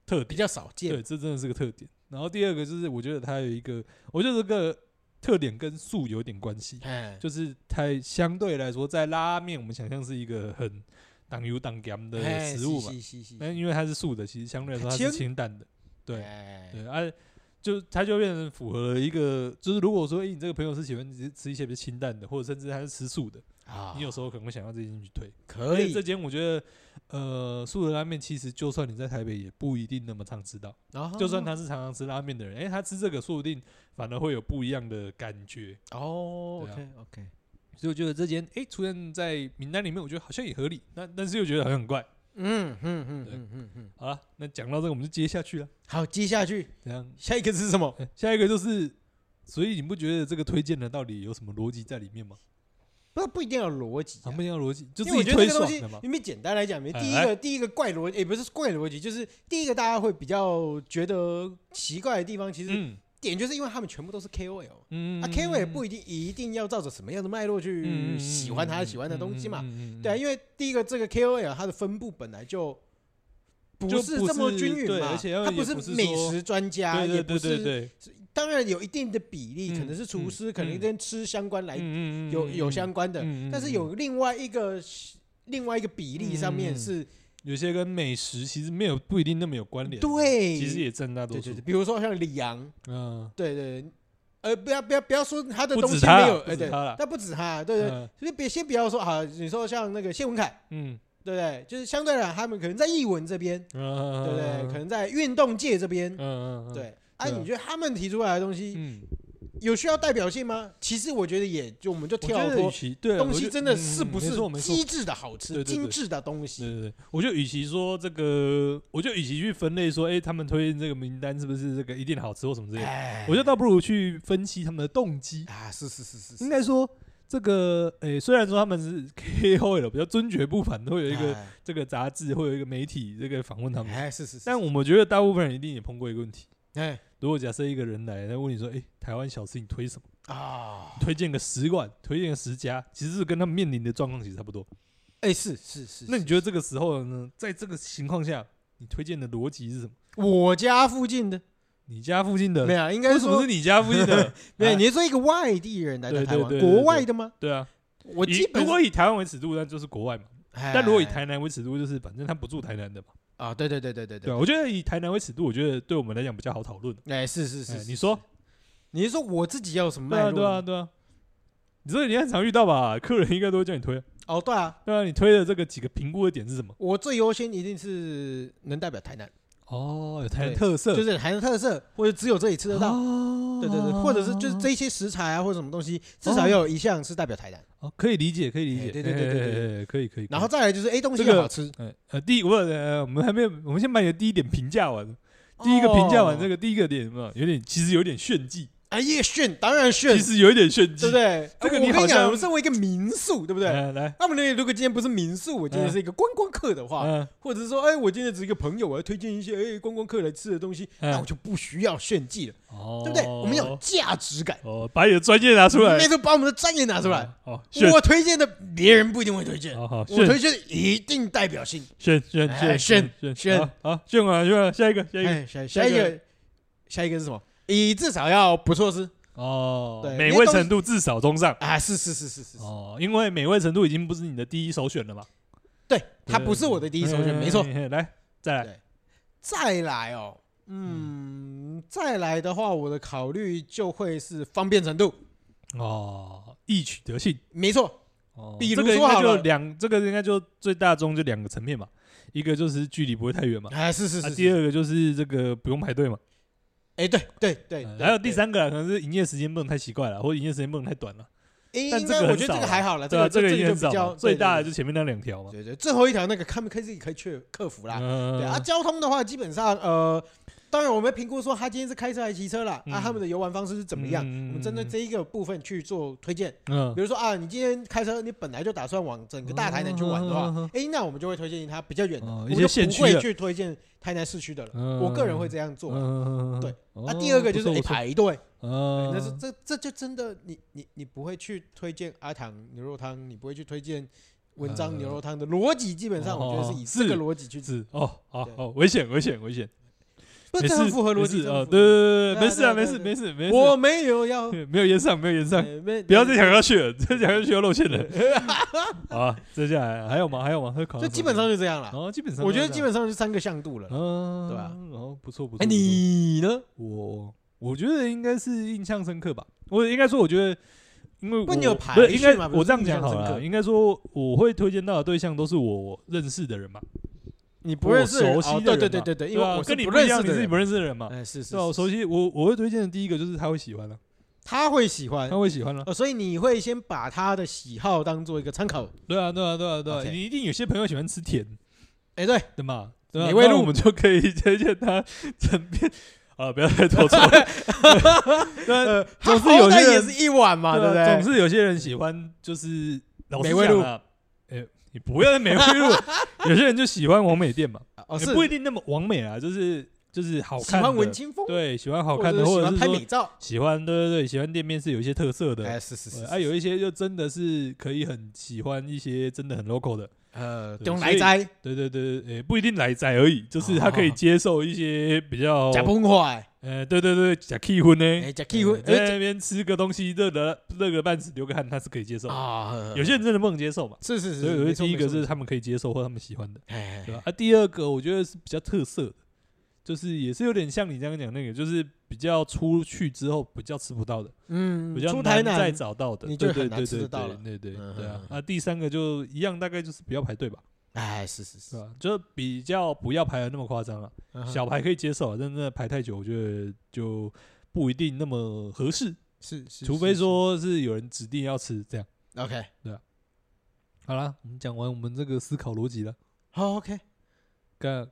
特点
比。较少见
对，。这真的是个特点。然后第二个就是，我觉得它有一个，我觉得这个特点跟素有点关系，
哎，
就是它相对来说，在拉面我们想象是一个很挡油挡咸的
哎
食物
是
嘛，
是是是
那因为它是素的，其实相对来说它
清
是清淡的，对
哎
对啊。就它就变成符合了一个，就是如果说，哎、你这个朋友是喜欢吃吃一些比较清淡的，或者甚至他是吃素的，
啊
你有哎时候可能会想要这间去推。
可
因为
以
这间我觉得，呃，素的拉面其实就算你在台北也不一定那么常吃到。
啊
就算他是常常吃拉面的人，哎、他吃这个说不定反而会有不一样的感觉。
哦
对啊
，OK OK，
所以我觉得这间哎、出现在名单里面，我觉得好像也合理，那但是又觉得好像很怪。
嗯嗯嗯
对
嗯嗯嗯，
好了，那讲到这个我们就接下去了。
好，接下去
这样，
下一个是什么？
哎下一个就是，所以你不觉得这个推荐的到底有什么逻辑在里面吗？
不不一定要有逻辑
他
啊，
们要逻辑，就
因
自
为我
己
觉得
推
这个东
爽
西
的嘛，。
因为简单来讲，没
哎
第一个第一个怪逻，也不是怪逻辑，就是第一个大家会比较觉得奇怪的地方，其实
嗯
点就是因为他们全部都是 KOL。
嗯嗯
啊，K 位不一定一定要照着什么样的脉络去喜欢他喜欢的东西嘛，。
嗯嗯嗯嗯嗯嗯嗯嗯嗯
对啊，因为第一个这个 KOL 啊它的分布本来就不
就是不
这么
是
均匀
对
嘛，
而且要
它
也
不
不是
美
说
食专家，
对
啊也
对
不
对对
是，
对，
当然有一定的比例可能是厨
嗯
师，可能
嗯
跟吃相关来
嗯
有有相关的，
嗯嗯
但是
嗯
有另外一个另外一个比例上面
嗯
是
有些跟美食其实没有不一定那么有关联，
对
其实也占大多
对
数
对对，。比如说像李阳，
嗯，
对对，对呃，不要不要不要说他的
不
东
止
西
他
没
啦
有，哎
不止
对
他啦，
但不止他，对对，
嗯
所以别先不要说啊，你说像那个谢文凯，
嗯
对不对？就是相对来讲，他们可能在译文这边，
嗯，
对不对？可
嗯
能在运动界这边，
嗯嗯，
对，啊，
对啊
你觉得他们提出来的东西
嗯，
有需要代表性吗？其实我觉得也就我们就
我觉
跳
得与嗯
脱
其对
东西真的是不是
我们说
机致的好吃、
对对对
精致的东
对
西？
对对，我觉得与其说这个，我觉得与其去分类说，哎、他们推荐这个名单是不是这个一定好吃或什么之类的，
哎
我觉得倒不如去分析他们的动机。
啊，是是是是，是
应该说，这个诶、虽然说他们是 KOL 比较尊爵不凡，会有一个
哎
这个杂志，会有一个媒体这个访问他们，
哎，是是是，
但我们觉得大部分人一定也碰过一个问题。
哎
如果假设一个人来，他问你说：“哎、台湾小吃你推什么？
啊，
推荐个十碗，推荐个十家，其实是跟他们面临的状况其实差不多。
哎是是是，
那你
是
觉得这个时候呢，在这个情况下，你推荐的逻辑是什么？
我家附近的
你家附近的
没，有？应该
为什么
说
是你家附近的？
没有，
啊
你是说一个外地人来到
对
台
对
湾，
对对
国
对
外的吗？
对啊，
我
以
基本哎
如果以台湾为尺度，那就是国外嘛。
但
但如果以台南为尺度，就是反正他不住台南的嘛。
啊，对对对对对
对啊，，我觉得以台南为尺度，我觉得对我们来讲比较好讨论。
哎是是是
哎，，
是
你说
你是说我自己要什么
对
脉
啊，
络？
对啊，对啊。你这个你很常遇到吧？客人应该都会叫你推啊。
哦对啊，
对啊，你推的这个几个评估的点是什么？
我最优先一定是能代表台南，
哦，有台
对
南特色，
就是是台南特色，或者只有这里吃得到。
哦
对对对，或者是就是这些食材啊，或者什么东西，至少要有一项是代表台南，
哦，可以哦理解，可以理
哎
解，
对对对对对对
哎，哎哎可以可以。
然后再来就是 A 东西
这个
要好吃。
可以，哎呃，第一我呃，我们还没有，我们先把你的第一点评价完。
哦
第一个评价完这
个，
个，第一个点嘛，有点其实有点炫技，
哦哎呀炫，当然炫
其，实有点炫
对
技，
不对？
这个
啊
你
我跟
好
你讲，
像
我们身为一个民宿，对不对？
哎？来，
那我们那如果今天不是民宿，我今天是一个观光客的话，
嗯
或者是说，哎，我今天只是一个朋友，我要推荐一些哎观光客来吃的东西，那我
嗯，
就不需要炫技了，
哦
对不对？我们要有价值感，
哦，把你的专业拿出来
那，时候把我们的专业拿出来。
哦，炫，
我推荐的别人不一定会推荐，
好好
我
炫
推荐的一定代表性。
炫炫
哎
炫
炫
炫
炫，
好好炫完了炫完了，下一个下一个
哎，下
下
下一
一个
个，下一个是什么？以至少要不错吃
哦
对，
美
因为
味
东西
程度至少中上。
啊！是是是是是，是
哦，因为美味程度已经不是你的第一首选了嘛。
对，它不是我的第一首选，没错。
嘿。嘿嘿来，再
对
来，
再来哦，嗯，再来的话，我的考虑就会是方便程度，
哦，一曲得信。
没错，
哦，
比如
这个应
说好
该就
了
两，这个应该就最大宗就两个层面嘛，一个就是距离不会太远嘛，
哎，是是
啊，
是，
第
是
二个就是这个不用排队嘛，
哎，对对对
呃，
对
还有第
对
三个啊可能是营业时间不能太奇怪了，或者营业时间不能太短了，
哎，
但
应
这
该
个
我
很
觉得这
少
个
啊
还好了，这
对啊，
个
这个
这
也
个就
很
比
少
较
嘛，最大的
对
就前面那两条嘛，
对对对，最后一条那个他们可以自己可以去克服啦。对啊，
嗯，
交通的话，基本上呃，当然我们评估说他今天是开车还是骑车啦，啊，
嗯
他们的游玩方式是怎么样，
嗯
我们针对这一个部分去做推荐。
嗯
比，如说啊，你今天开车，你本来就打算往整个大台南去玩的
嗯嗯
话
嗯，
诶，那我们就会推荐他比较远的，
哦
我
一
就
些县
不
区的
会去推荐台南市区的了。
嗯
我个人会这样做。
嗯
对，
嗯
那第二个就是诶，，排队，
嗯
那
不
是
错不错
这这就真的你你你不会去推荐阿唐牛肉汤，你不会去推荐文章牛肉汤的逻辑，基本上我觉得是以
嗯哦
这个
是
逻辑去
嗯，是哦，好
对
好，危险危险危险，
不
没
这
事
很符合逻
没
辑，
事
这很
哦，
符
对
合
对对
对
对，
啊
没事
对啊
啊没
对
事
啊
没事没事，
我没有要，
没有延上没有延上。
呃没
不要再讲下去了， 再讲下去要 露馅了。好啊，接下来还有吗？还有吗？会考
就
到什么
基本上，就这样了。
哦，基本上，
我觉得基，本上就三个向度了。
嗯，
对吧
哦，不错不错。
哎，你呢？
不错我我觉得应该是印象深刻吧。我应该说，我觉得，因为我
不你有排
不是应该
序嘛不是
我这样讲好
印象深
了，
刻
应该说我会推荐到的对象都是我认识的人嘛，
你不认识的人
我熟悉
哦
的
对
人
对对对
嘛
对，因
对
为
啊
我是
跟你
不
不一
认
样，
识
你
的
是
人
不。认识的人嘛。
哎，是是，
对啊，我
是
熟
是
悉我我会推荐的第一个就是他会喜欢了，
他会喜欢
他，会喜欢了。
哦，所以你会先把他的喜好当做一个参考。
对啊，对啊，对啊，对啊，
OK
你一定有些朋友喜欢吃甜，
哎，对，
对嘛？对啊
美味
那
路
我们就可以推荐他整片 啊，不要太 多说。对啊，
他
总
好
是有些
歹也
人
是一碗嘛，对不
对啊，
对？
总是有些人喜欢，就是老实
美味路
讲啊，哎，你不要在美味 路，有些人就喜欢王美店嘛，
哦，
也
是
不一定那么王美啊，就是就是好
喜
看的，
欢文青风，
对，喜欢好看的，
喜
或者
欢
是
拍
说
美照。
喜欢，对对对，喜欢店面是有一些特色的。
哎，是是是
对，啊，有一些就真的是可以很喜欢一些真的很 local 的，
呃，
对
用
所
来
以
摘
对对对，对，诶、不一定来宅而已，就是他可以接受一些比较，
哦假崩坏，
呃，对对对，假气氛呢，
哎，假气氛，
呃在
哎
那边吃个东西热的热个半死，流个汗，他是可以接受
假
的。
啊，
有些人真的不能接受嘛，
是是是，
所以我觉
没
得
错
第一
没
个
错没
是
错
他们可以接受或他们喜欢的，
哎，
对吧？啊，第二个我觉得是比较特色的，就是也是有点像你刚刚讲那个，就是比较出去之后比较吃不到的，
嗯，
比较
出台
难
南
再找到的，
你
对
就
对
很难
对
吃
对
得到
对
了
对对
嗯
对啊
嗯！嗯
啊，第三个就一样，大概就是不要排队吧，
哎，是是是
对，吧？就比较不要排的那么夸张了。
嗯哼
小排可以接受啊，但真的排太久，我觉得就不一定那么合适。
是是，
除非说是有人指定要吃这样。
是 OK，
好啦，我们讲完我们这个思考逻辑了，
好 OK，
干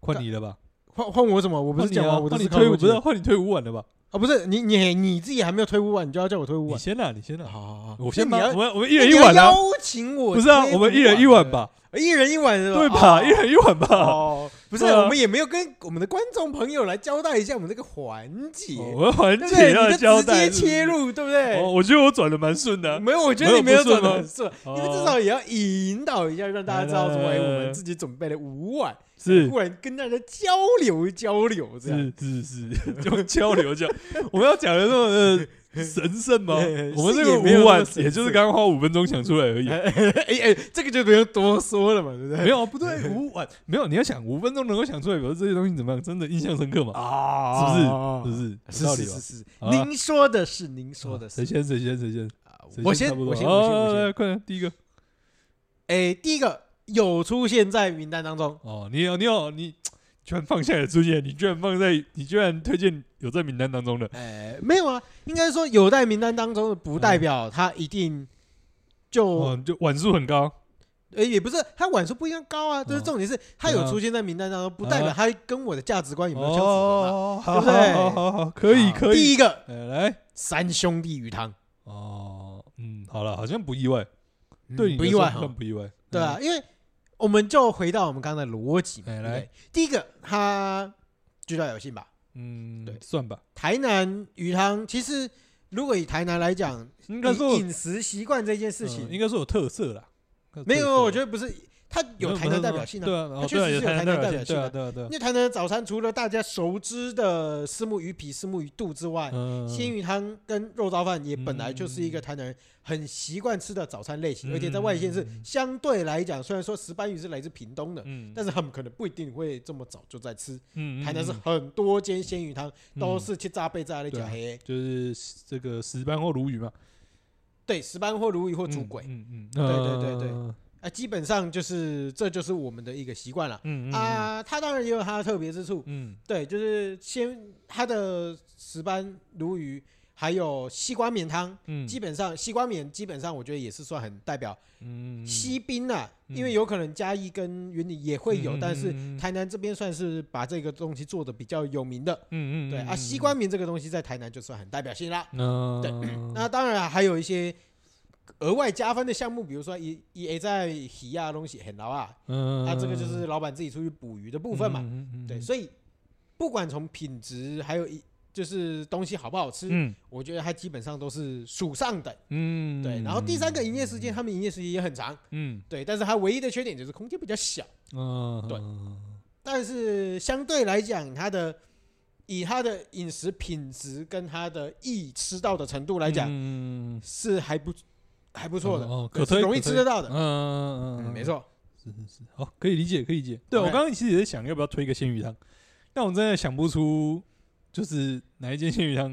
换你了吧？
换换我什么？我不是
换你
讲
啊
完我的
换你
思考
推
逻
五，
辑
不是换你推五碗了吧？
啊？不是你你你自己还没有推五碗，你就要叫我推五
你
碗？
先啦，你先
好
啦，
好好，
我先
那
吧
你。要
我们我们一
一
人一碗啊
邀，请我
不是啊，
推
我们一人一碗吧，
对不对，哎一人一碗是吧？
对吧？
哦
一人一碗吧。
哦，不是，
对啊
我们也没有跟我们的观众朋友来交代一下我们这个环节，
哦我们环
对不
节
对？
要
你
交
就直
代
接
是不是
切。入，对不对？
哦，我觉得我转的蛮顺的啊。
没有，我觉得你没
没有
有
不顺
转
吗哦
的很顺，因为至少也要引导一下，让大家知道说，哎，我们自己准备了五碗，
是
忽然跟大家交流交流，这样
是是是，用交流讲，我们要讲的那么的神圣 吗？
呃
我们
是
这个
也没有
五
那
碗
么，神
也就是
圣
刚刚花五分钟想出来而已。
哎哎哎，这个就不用多说了嘛，对不
没
对？
有啊，不对，五碗没有，你要想五分钟能够想出来，表示这些东西怎么样，真的印象深刻嘛？
啊
是不是？有
是
道理
是
吧
是？是，
好啊
您说的是，您说的
谁
是，
先？谁先？谁先？
啊
谁
我先
差不多
我先
啊
我先
来
我
来
先
来，快点，第一个
哎，第一个有出现在名单当中，
哦，你有你有你居然放下你的尊严，你居然放在你居然推荐有在名单当中的，
哎，没有啊，应该说有在名单当中的，不代表他一定就
嗯哦，就碗数很高，
呃，也不是，他碗数不一样高啊，就是
哦
重点是他
对啊
有出现在名单当中，不代表他跟我的价值观有没有相符合嘛。
哦，
对不对
好好好好，可以
啊
可以，
第一个
哎来
三兄弟鱼汤，
哦，嗯，好了，好像不意外，
嗯
对你
不
来
意
说
外
算
哈，
不意外，
对啊，因为我们就回到我们刚才的逻辑嘛，
嗯
对
哎
不
来
对？第一个他居家有幸吧，
嗯，
对
嗯，算吧，
台南鱼汤其实如果以台南来讲，
应该说
以饮食习惯这件事
嗯
情
应，该说有特色啦，
没有，我觉
得
得不是，它有台南代表性啊
对。啊，哦
它确
对啊
实
有
是有
台
台南代
表
表
性，对啊
性
对啊对啊
因为台南的早餐除了大家熟知的虱目鱼皮、虱目鱼肚之外，
嗯，
鲜
鱼
鱼汤跟肉燥饭也本来就是一个台南人很习惯吃的早餐类
嗯
型，而且在外县市相对来讲，虽然说石斑鱼是来自屏东的，
嗯，
但是他们可能不一定会这么早就在吃。
嗯
台南是
嗯
很多间鲜鱼汤
嗯
都是去炸贝炸哎的
对啊
假黑，
就是这个石斑或鲈鱼嘛，
对，石斑或鲈鱼或竹鬼
嗯嗯，
对对对对
嗯
啊，基本上就是这就是我们的一个习惯了。
嗯嗯嗯
啊，它当然也有它的特别之处，
嗯
对，就是先它的石斑鲈鱼，还有西瓜绵汤，
嗯，
基本上西瓜绵基本上我觉得也是算很代表
嗯
西滨啊，
嗯
因为有可能嘉义跟云林也会有，
嗯
但
嗯
是
嗯嗯
台南这边算是把这个东西做的比较有名的，
嗯嗯
对啊，西，瓜
关
绵这个东西在台南就算很代表性啦。
那嗯
对那当然还有一些额外加分的项目，比如说一一 A 在鱼啊东西很牢啊，
嗯，
啊这个就是老板自己出去捕鱼的部分嘛，
嗯，嗯
对，，所以不管从品质，还有一就是东西好不好吃，
嗯
我觉得它基本上都是属上等。
嗯，嗯
对，然后第三个，营业时间，他们营业时间也很长，
嗯
对，但是它唯一的缺点就是空间比较小，
嗯，
对
嗯
但是相对来讲，它的以它的饮食品质跟它的易吃到的程度来讲，
嗯，
是还不还不错的，
哦哦
对
可推
是容易
可推
吃得到
嗯
的，
嗯嗯，
嗯，没，错，
是是是，好，可以理解，可以理解。对我
OK
刚刚其实也在想要不要推一个鲜鱼汤，但我真的想不出就是哪一间鲜鱼汤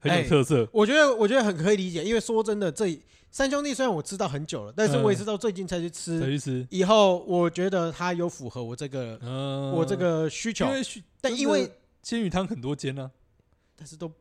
很有
哎
特色。
我觉得我觉得很可以理解，因为说真的，这三兄弟虽然我知道很久了，但是我也是到最近才去吃，
的意思，
以后我觉得它有符合我这个、
嗯，
我这个需求
因，为去
但
真
因
的
为
鲜鱼汤很多间呢、
但是都
啊，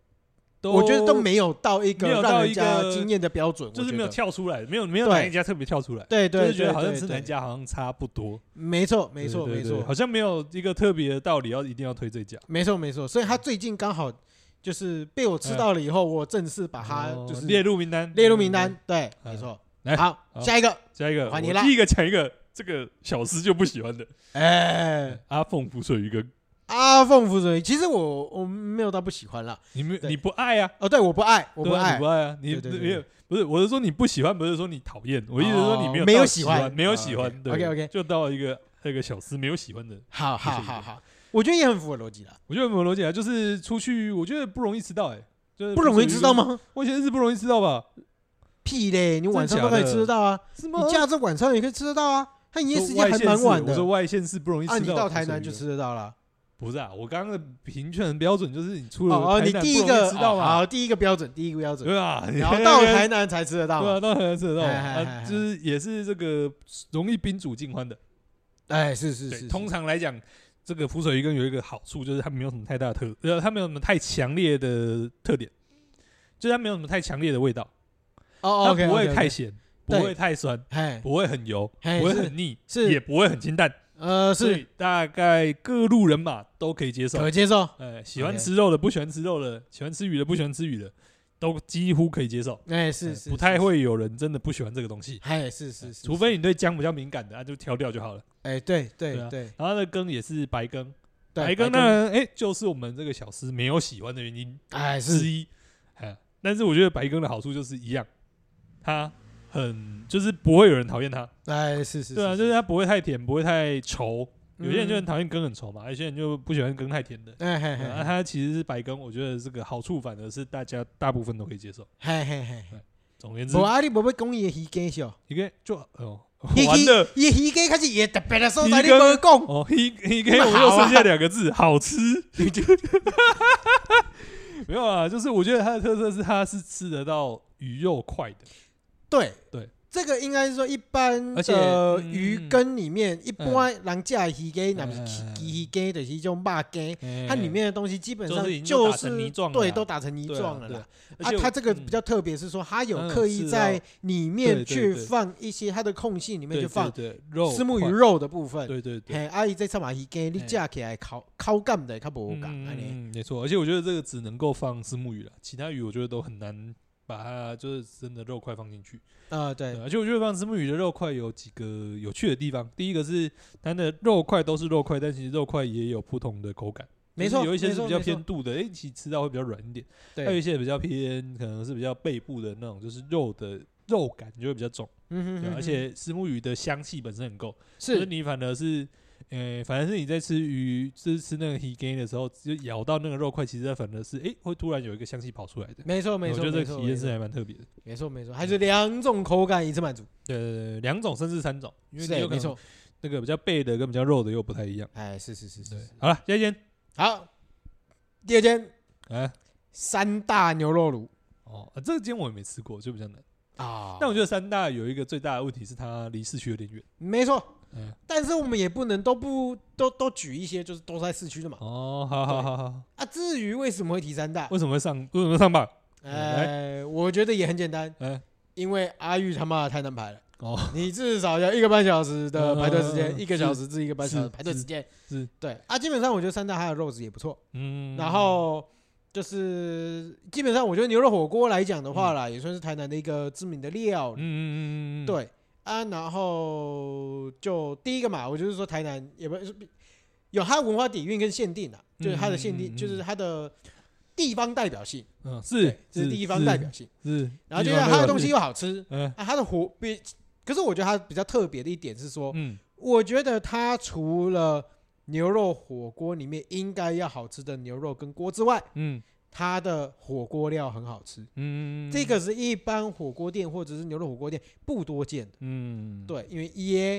都
我觉得都没有到一个
没有到
让人
一
家
个
惊艳的标准，
就是
我觉
没有
得
跳出来，没有没有
对
哪一家特别跳出来，
对对，
就是觉得
对
好像
对
吃
对
哪一家好像差不多，
没错没错
对对
没
对好
错
像没有一个特别的道理要一定要推这家，
没错没错，所以他最近刚好就是被我吃到了以后，我正式把它
哎哦
就是
列入名单，哎
列入名单，，对，
嗯
没错
来。
好，
好
下一个，
加一个，
换你
我
啦
第一个抢一个，这个小师就不喜欢的
哎，
阿凤浮水鱼羹，
阿凤浮水，其实我我没有到不喜欢啦，
你没
对
你不爱啊？
哦，对，我不爱，我
我
不爱
你不，爱啊，你
对对对
没有不是，我是说你不喜欢，不是说你讨厌，我意思是说你没有
哦没
没
有
喜
喜
欢，
欢
没有
哦
喜欢，
OK，
对
OK，OK
就到一个那个小师没有喜欢的
好
谢谢
好好好，我觉得也很符合逻辑啦，
我觉得没有逻辑啊，就是出去，我觉得不容易吃到、欸，哎，就是
不容易知道？吗？
我以前是不容易吃到吧？
屁嘞，你晚上都可以吃得到啊，
是吗？
你假日晚上也可以吃得到啊，它营业时
说
间
外
还
县
蛮
市
晚
我
的
说，外县市不容易吃
啊，
到，
你到台南
不
就
至
吃
于啊。
得到了。
不是啊，我刚刚的评选标准就是你出了
哦哦，
台
你
南
第一
不容易
个
吃到啊
哦
嘛，
好，第一个标准，第一个标准，
对啊，
然后到台
对
南才吃得到嘛。
啊，到台南吃得到嘛，
哎哎哎
啊
哎
就是也是这个容易宾主尽欢的。
哎，是是
对，
是，
通
是
常来讲，这个浮水鱼羹有一个好处就是它没有什么太大的特，呃，它没有什么太强烈的特点，就是它没有什么太强烈的味道，
哦
它
，OK，
不会太咸，不
对
会太酸，
哎，
不会很油，
嘿
不会
是
很腻，
是
也不会很清淡，
呃，
所
是
以大概各路人马都可以接受。
可接受，
呃，喜欢
OK
吃肉的，不喜欢吃肉的，喜欢吃鱼的，不喜欢吃鱼的，都几乎可以接受。
哎，
呃
是是，
不太
是，
会有人真的不喜欢这个东西，
哎，是是
呃
是，
除非你对姜比较敏感的，那就挑掉就好了。
哎，对
对
对
啊
对
然后那羹也是白羹，
对，
白羹呢，哎，就是我们这个小吃没有喜欢的原因
哎
之
是
一。哎，但是我觉得白羹的好处就是一样，它很就是不会有人讨厌它，
哎是是，
对啊，就是它不会太甜，不会太稠。
嗯
有些人就很讨厌羹很稠嘛，有些人就不喜欢羹太甜的。
哎嘿
对啊那
嘿
它其实是白羹，我觉得这个好处反而是大家大部分都可以接受。
嘿嘿嘿，
总而言之
无，啊，你无要讲伊的鱼羹是哦，
一个就哦，
伊
完了。
伊鱼羹开始也特别的所在，
鱼
你
羹
无讲，
哦，一一 K 我们又剩下两个字，好吃。 没有啊，就是我觉得它的特色是它是吃得到鱼肉块的，
对
对，
这个应该是说一般
而且
的
嗯
鱼羹里面，一般人家的鱼羹，那不是鱼羹，就是一种肉羹，它里面的东西基本上
嗯就是已经都
就
打成
是
泥状了
对
啦
都打成泥
对啊
状了
对
啦。
而且
啊，
我
它这个比较特别，是说它有刻
嗯
意
是
在里面
对对
去
对
放一些它的空隙里
嗯
面
对
就放
对对肉
丝木鱼
块，
肉的部分。
对对对，
嘿，阿姨在上马鱼羹，你
嘿
架起来烤烤干的，较无干安尼。
嗯，没错。而且我觉得这个只能够放丝木鱼了，其他鱼我觉得都很难把它就是真的肉块放进去。
呃，对
对，而且我觉得放丝木鱼的肉块有几个有趣的地方。第一个是它的肉块都是肉块，但其实肉块也有不同的口感。
没
就是
错，
有一些
没
是
错
比较
没
偏
错
肚的，哎，其实吃到会比较软一点；还有
对，
一些比较偏可能是比较背部的那种，就是肉的肉感就会比较重。
嗯哼
对吧
哼，
而且石目鱼的香气本身很够，就是
是
你反而是，呃，反而是你在吃鱼，就是吃那个 h i g a n 的时候，就咬到那个肉块，其实它反而是哎、诶会突然有一个香气跑出来的。
没错没
我
错，
觉得
没
这
错
个体验
没
是
错
还蛮特别的。
没错没错，还是两种口感一次满足，
对对对，两种甚至三种，因为
是
你有
欸没
可能
错，
那个比较背的跟比较肉的又不太一样。
哎是是是是
对
是，，
好了，下一间，
好，第二间
哎，
三大牛肉炉
哦，啊这间我也没吃过，就比较难。哦
啊，
但我觉
得
得三大有一个最大的问题是它离市区有点远。
没错，
嗯，
但是我们也不能都不都都举一些就是都在市区的嘛
哦，好好好好，
啊，至于为什么会提三大，
为什么会上？为什么会上榜？
哎，我觉得也很简单，
嗯，
因为阿玉他妈的太难排了。
哦，
你至少要一个半小时的排队时
嗯
间，一个小
是
时至一个半小时
是
排队时间
是是
对啊。基本上我觉得三大它的肉质也不错，
嗯，
然后就是基本上我觉得牛肉火锅来讲的话啦，也算是台南的一个知名的料
嗯，
理。
嗯嗯嗯嗯，嗯，
对啊，然后就第一个嘛，我就是说台南也不是有它的文化底蕴跟限定啊，就是它的限
嗯嗯嗯
定，
嗯
就是它的地方代表性，
嗯
对
是，
这是地方代表，性。
是，是
然后就
地
像
方代
它的
表
东西
是
又好吃
嗯
啊，它的火比，可是我觉得它比较特别的一点是说，
嗯，
我觉得它除了牛肉火锅里面应该要好吃的牛肉跟锅之外，
嗯
它的火锅料很好吃，
嗯，
这个是一般火锅店或者是牛肉火锅店不多见的。
嗯，
对，因为耶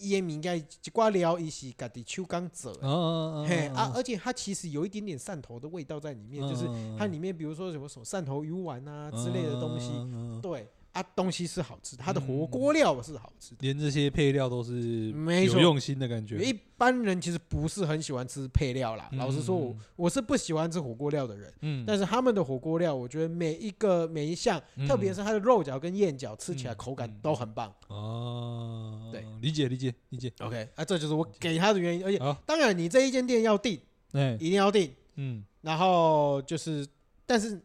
耶应该一挂料伊是家己手工做的，
哦，哦哦
嘿啊，，而且它其实有一点点汕头的味道在里面，就是
嗯
它里面比如说什么什么汕头鱼丸啊
哦
之类的东西，
西，
对啊，东西是好吃的，它的火锅料是好吃的。
连这些配料都是
没
嗯有
错
用心的感觉，
一般人其实不是很喜欢吃配料啦，
嗯
老实说我，我是不喜欢吃火锅料的人。
嗯，
但是他们的火锅料，我觉得每一个每一项，
嗯
特别是它的肉饺跟燕饺，吃起来
嗯
口感
嗯
都很棒。
哦，
对，
理解理解理解，
OK，啊，这就是我给他的原因。而且
好，
当然，你这一间店要订，
哎，
一定要订。
嗯，
然后就是，但是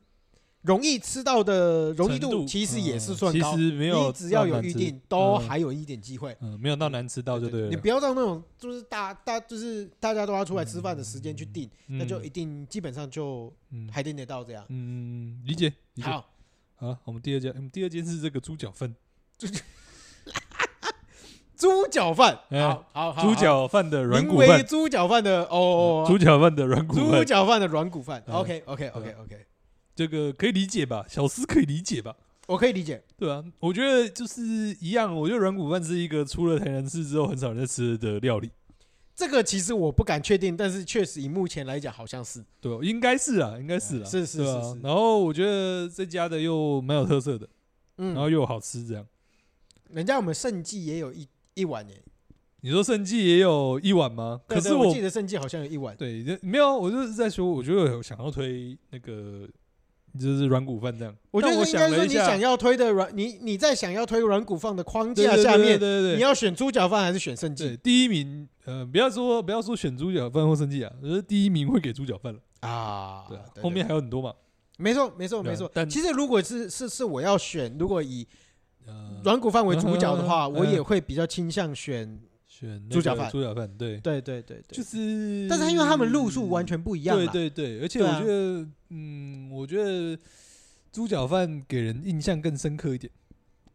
容易吃到的容易
程
度其实也
嗯
是算高。
其实没有
你只要
到
有
难
预
吃
定，都
嗯
还有一点机会。
嗯，没有到难吃到就了。
你不要让那种就是大大就是大家都要出来吃饭的时间去定，那就
嗯
一定基本上就
嗯
还定得到这样。
嗯，理解理解。
好，
好，我们第二间，我们第二间是这个猪脚饭，
猪脚饭，
哎
好好好，
猪
好
脚饭的软
名
骨
为
饭，
猪脚饭的哦，
猪脚饭的软骨
猪
饭，
脚饭的软骨饭。
嗯
OK OK OK OK，
这个可以理解吧？小司可以理解吧？
我可以理解。
对啊，我觉得就是一样，我觉得软骨饭是一个出了台南市之后很少人在吃的料理，
这个其实我不敢确定，但是确实以目前来讲，好像是
对、哦，应该是啊，应该是啊，
是是
对啊
是是
然后我觉得这家的又蛮有特色的，然
嗯，
后又好吃，这样。
人家我们盛记也有一一碗耶，你
你说盛记也有一碗吗？可是
我记得盛记好像有一碗
啊对，这没有，我就是在说，我觉得有想要推那个就是软骨饭这样。
我觉
但
得
我
应该
想
说
了一
你
下，
想要推的软，你你在想要推软骨放的框
对
架啊
对
下
对
面，
对对
你
对
要选猪脚饭还是选圣
对
记
第一名，呃，不要说不要说选猪脚饭或生气啊，就是第一名会给猪脚饭了，
啊？
对啊，后面还有很多嘛，
没错没错
对啊
没错。
但
其实如果是是是我要选，如果以
呃，
软骨饭为主角的话，
嗯
我也会比较倾向选。
选那
猪脚
个
饭
猪脚饭对，
对对对对，
就是，
但是因为他们路数完全不一样
对
啦
对对，而且
对
我
啊
觉得，嗯，我觉得猪脚饭给人印象更深刻一点，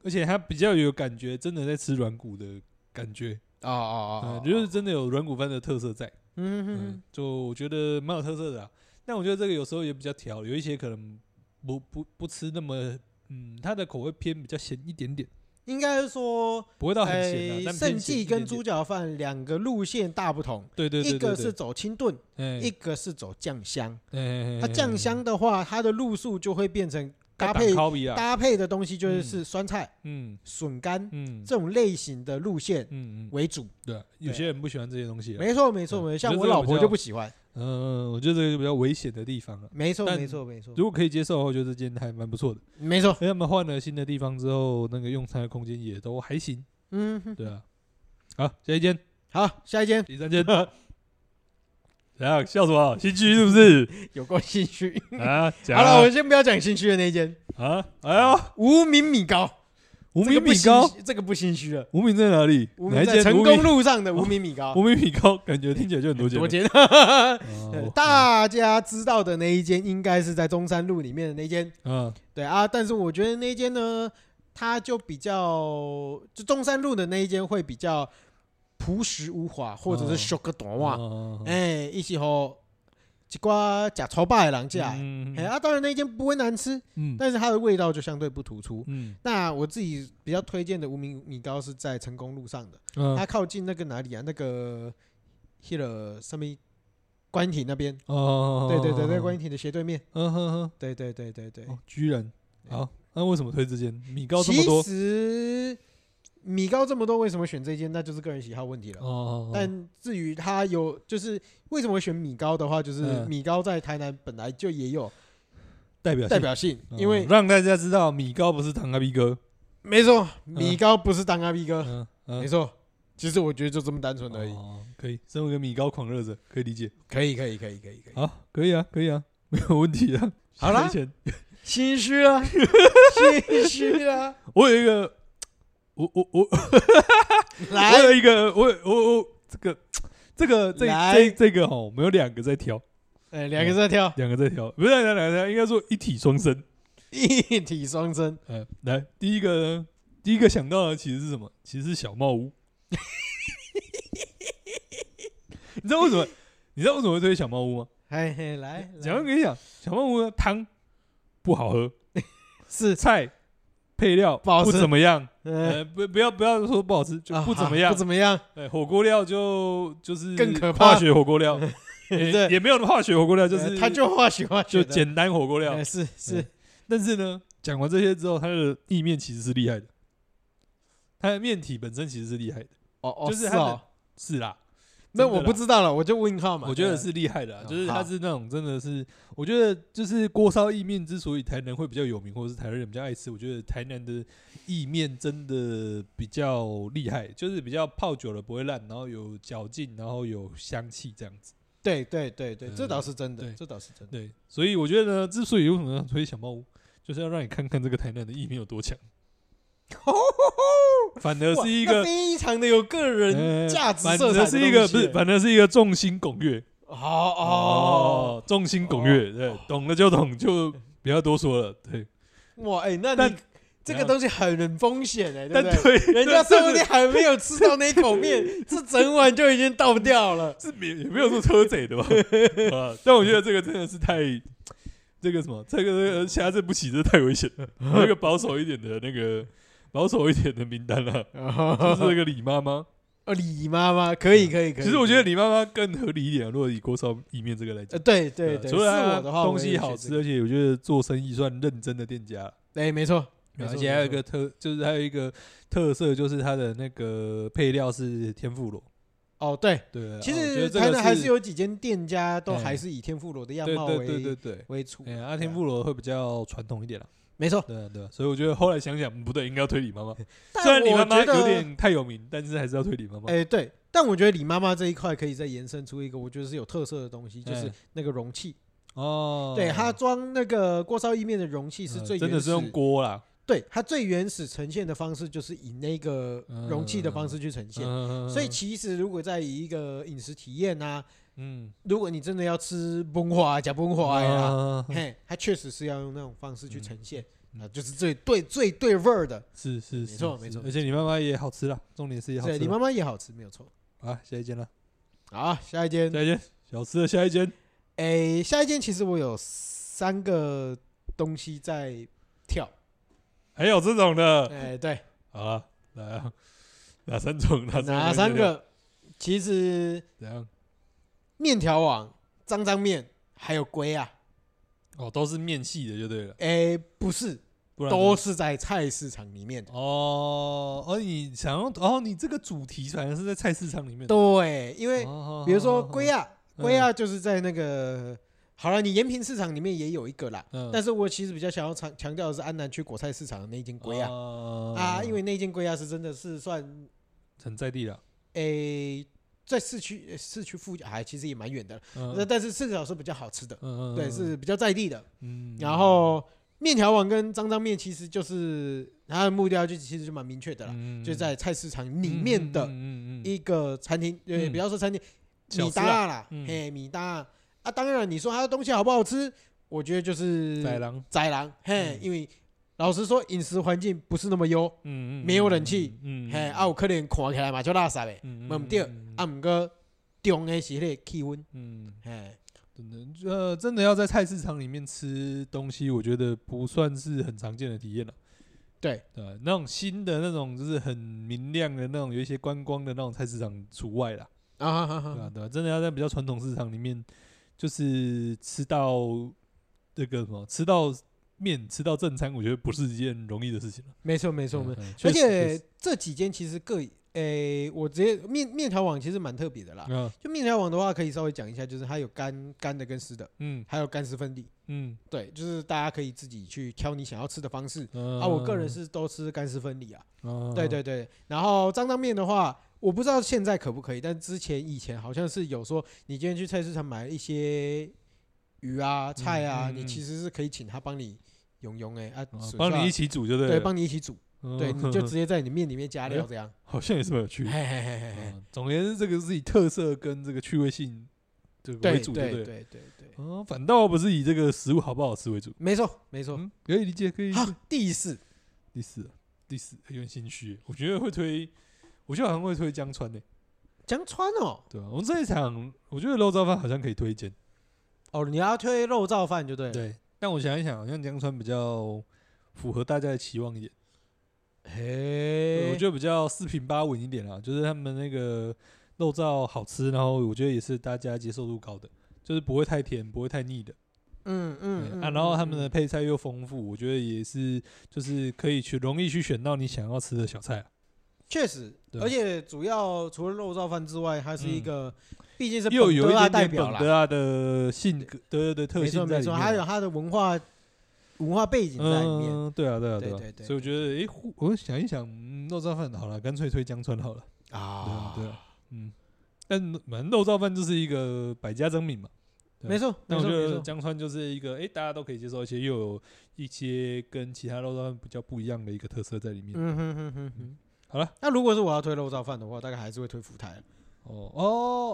而且它比较有感觉，真的在吃软骨的感觉，
哦哦哦
嗯，
哦，
就是真的有软骨饭的特色在，
嗯哼
嗯
哼，
就我觉得蛮有特色的啊。但我觉得这个有时候也比较挑，有一些可能不不不吃那么，嗯，它的口味偏比较咸一点点，
应该是说，
不会到很咸啊
哎，
但
圣
偏咸一
记
点
跟
点
猪脚饭两个路线大不同，
对对对
一
对对，
个是走清炖，
哎
一个是走酱香。
哎
它酱香的话，它的路数就会变成搭
搭
配
配烤比啊，
搭配的东西就是是酸菜、
嗯
笋干
嗯
这种类型的路线
嗯嗯，
为主。
对啊，有
对
些人不喜欢这些东西啊，
没错，没错，
嗯
没错。
我觉得
像我
这个
老
比
婆
较
就不喜欢。
嗯，我觉得这个比较危险的地方了。
没错，
但
没错，没错，
如果可以接受的话，我觉得这间还蛮不 错的。
没错
而。且他们换了新的地方之后，那个用餐的空间也都还行，
嗯，哼
对啊。
嗯
好，下一间，
好，下一间
第 三间，怎样笑什么？心虚是不 是？
有够心 虚。
啊，
好
好
了，我们先不要讲心虚的那一间，
啊，哎呦，
无名米糕，
无
这
名
个不
米
心
糕，
虚，这个不心虚了。
无名在哪里？
无
哪
名
一
在
间？
成
无
功
名，
路上的无名米糕
无，名米糕，感觉听起来就很多间
我
了。
觉得
哦
大家知道的那一间应该是在中山路里面的那间。
嗯
对啊，但是我觉得那一间呢，它就比较就中山路的那一间会比较朴实无华，或
嗯
者是修个短袜，
哇
哎、一起吼一挂假超霸的人进来。
嗯
哎啊，当然那一间不会难吃，
嗯
但是它的味道就相对不突出。
嗯
那我自己比较推荐的无名米糕是在成功路上的，
嗯
它靠近那个哪里啊？那个 h i l 上面观亭那边，
哦，
对对对，在观亭的斜对面，
嗯哼哼，
对对对对对。
哦，居然好，那为什么推这间米糕这
其哦
么多？
实米高这么多，为什么选这间？那就是个人喜好问题了。
哦，
但至于他有，就是为什么会选米高的话，就是
嗯
米高在台南本来就也有
代表
代表性，
性，
因为
哦让大家知道米糕不是糖阿 B 哥，
没错，米高不是当阿 B 哥，
嗯
呃没
嗯，
错。其实我觉得就这么单纯而已。
哦，可以，身为一个米糕狂热者，可以理解，
可以，可以，可以，可以，可以。
好，可以啊，可以啊， 没有问题啊。
好啦
以前
心虚 了，心虚啊了，
我有一个，我我我我
来
有一个，我有我我这个这个这
来
这这个哦，我们有两个在挑，
哎，两个在跳，
两个在挑，不是两个在挑，应该说一体双生。
一体双生。
呃，来第一个呢，第一个想到的其实是什么？其实是小帽屋。 你知道为什么？你知道为什么会推小帽屋吗？
嘿嘿，来，
讲
来
跟你讲，小帽屋的汤不好喝，
是，
菜配料
不好吃
不怎么样。
呃，
呃，不不要不要说不好吃，就
啊
不怎么
好
样
不。怎么样。
对，火锅料就就是
更可怕
化学火锅料，也
对
也没有化学火锅料，就是
呃他就化学化学
就
的
简单火锅料
哎。是是
嗯，但是呢，讲完这些之后，它的意面其实是厉害的，它的面体本身其实是厉害的，
哦哦，
就是他的
哦，
是啦，
那
真的
我
啦
不知道了，我就问号嘛。
我觉得
对
是厉害的啊、
嗯
就是
好
它是那种真的是，我觉得就是锅烧意面之所以台南会比较有名，或者是台南人比较爱吃，我觉得台南的意面真的比较厉害，就是比较泡久了不会烂，然后有嚼劲，然后有香气这样子。
对对对对，
嗯
这倒是真的，
对
这倒是 真的。
对，所以我觉得呢，之所以为什么要推小猫屋，就是要让你看看这个台南的意面有多 强，反而
哇
是一
那
个
非常的有个人
呃
价值
反
色彩
正
的
是一个
东西哦
不是，反正是一个众星拱月
好哦，
众星拱月，对，懂了就懂，就不要多说了，对。
哇哎，那你
但
这
怎
个
样
东西很东西哎，对
但
不对？
对，
人家说不
对
定还没有吃到那一口面， 这整碗就已经倒掉了。
是没也没有说车贼 的吧？啊，但我觉得这个真的是太这个什么，这个这个呃下这不起，这太危险 了。那个保守一点的那个保守一点的名单了、就是
哦，
那个李妈妈。
李妈妈可以可以可以。
嗯其实我觉得
可以
李妈妈更合理一点啊，如果以锅烧意面这个来
呃
讲。啊
对对对，
嗯除
是
了
我的
它
话，
东
我也
西
会
好
选
吃，
这个
而且我觉得做生意算认真的店家，
哎没错，没错
而且还有一
没
个特，就是还有一个特色，就是它的那个配料是天妇罗，
错哦，对，
对，
其
啊我觉
实
得这
台
个
南还是有几间店家都
哎
还是以天妇罗的样
对
貌
对对
为
对对，
为主
哎，，阿天妇罗会比较传统一点啦。
没错。
对啊对啊，所以我觉得后来想想，嗯不对，应该要推李妈妈。
但
虽然李妈妈
我觉得
有点太有名，但是还是要推李妈妈。
哎、对，但我觉得李妈妈这一块可以再延伸出一个我觉得是有特色的东西，就是
哎
那个容器。
哦，
对，它装那个锅烧意面的容器是
嗯
最
真
原
的
始，
是用锅啦，
对，它最原始呈现的方式就是以那个容器的方式去呈现。
嗯
所以其实如果在以一个饮食体验啊，
嗯，
如果你真的要吃崩花、假崩花呀，
啊
嘿，它确实是要用那种方式去呈现，
嗯
啊，就是最对最对味儿的。
是是，
没
是
错
是
没错
而且你妈妈也好吃啦，重点是也好
对，
吃
李
啦。
妈妈也好吃，没有错。
啊，下一间啦，
好，下一间，
下一间，小吃的下一间，
诶、下一间其实我有三个东西在跳。
还有这种的，
哎、对，
好啊，来啊，哪三种？哪
哪
三
三
种？
个？其实
怎样？
面条网、脏脏面还有龟啊，
哦，都是面系的就对了，
哎、不是，
不然呢
都是在菜市场里面的。
哦哦，你想要哦，你这个主题反正是在菜市场里面，
对，因为
哦
比如说龟，
哦
啊，龟啊就是在那个好了，你延平市场里面也有一个啦。
哦哦嗯
但是我其实比较想要强强调的是安南区果菜市场的那一间龟啊
哦
啊，因为那间龟啊是真的是算
很在地了，
诶、在市区呃市区附近，哎，其实也蛮远的。
嗯
那、但是至少是比较好吃的，
嗯
对，，是比较在地的。
嗯嗯
然后面条网跟脏脏面其实就是它的目标就其实就蛮明确的啦，
嗯
就在菜市场里面
嗯
的
嗯嗯嗯嗯
一个餐厅，对，
嗯
不要说餐厅，
小
米
吃啊
搭啦
嗯，
嘿，米搭啊，当然你说它的东西好不好吃，我觉得就是
宰狼，
宰狼，嘿
嗯，
因为老实说饮食环境不是那么优，
嗯嗯，
没有冷气，
嗯，嗯
嘿，啊，，有可能看起来嘛就垃圾呗，
嗯
问不对，
嗯
啊，，毋过中的是迄个气温，
嗯，
嘿，
真的，呃，真的要在菜市场里面吃东西，我觉得不算是很常见的体验了。
对，
对，啊那种新的那种就是很明亮的那种，有一些观光的那种菜市场除外啦。
啊哈哈
对啊
哈，，
对啊，真的要在比较传统市场里面，就是吃到这个什么，吃到面，吃到正餐，我觉得不是一件容易的事情了。
没错没错没错，
嗯，嗯确
而
实
且，这几间其实各诶、我直接面面条网其实蛮特别的啦。
嗯
就面条网的话，可以稍微讲一下，就是它有干干的跟湿的，
嗯
还有干湿分离。
嗯，
对，就是大家可以自己去挑你想要吃的方式。啊，
啊
我个人，是都吃干湿分离啊。
嗯
对，对对，然后脏脏面的话，我不知道现在可不可以，但之前以前好像是有说，你今天去菜市场买了一些鱼啊、菜啊，
嗯嗯
你其实是可以请他帮你用用哎啊
嗯，
水
帮你一
下
起煮就对了，
对，帮你一起煮，
嗯
对，你就直接在你面里面加料这样。
好像也是蛮有趣的。
嘿嘿嘿嘿嘿，
嗯总而言之，这个是以特色跟这个趣味性这个为
对
主，
对
不
对哦
对？
对对，
嗯，反倒不是以这个食物好不好吃为主。
没错没错。
嗯，可以理解，可以理
好
解。，
第四，
第四，啊第四有点心虚，我觉得会推，我觉得好像会推江川呢、
江川哦，
对吧、我们这一场，我觉得肉燥饭好像可以推荐，
哦，你要推肉燥饭就对了。
对。但我想一想，好像江川比较符合大家的期望一点。对
嘿，
我觉得比较四平八稳一点啦，就是他们那个肉燥好吃，然后我觉得也是大家接受度高的，就是不会太甜，不会太腻的。
嗯嗯
嗯
嗯
啊，然后他们的配菜又丰富，我觉得也是就是可以去容易去选到你想要吃的小菜啊。
确实，
对
而且主要除了肉燥饭之外，它是一
嗯
个，毕竟是
又有
本
一
德拉
点
代
点
表
本
啦
德，拉的性格，对对对，特
没错
性在
没
里
错，
面
还有
啊。
它的文化文化背景在里面
嗯，对啊，对啊，
对
啊
对对
所以我觉得，诶，忽我想一想，嗯肉燥饭好了，干脆推江川好了。对啊，对啊，嗯。但反正肉燥饭就是一个百家争鸣嘛。对啊
没错
但
没错
我觉
没
得
错，
江川就是一个，诶，大家都可以接受，而且又有一些跟其他肉燥饭比较不一样的一个特色在里面。
嗯哼哼哼哼。
好了，
那如果是我要推肉燥饭的话，大概还是会推福台。
哦哦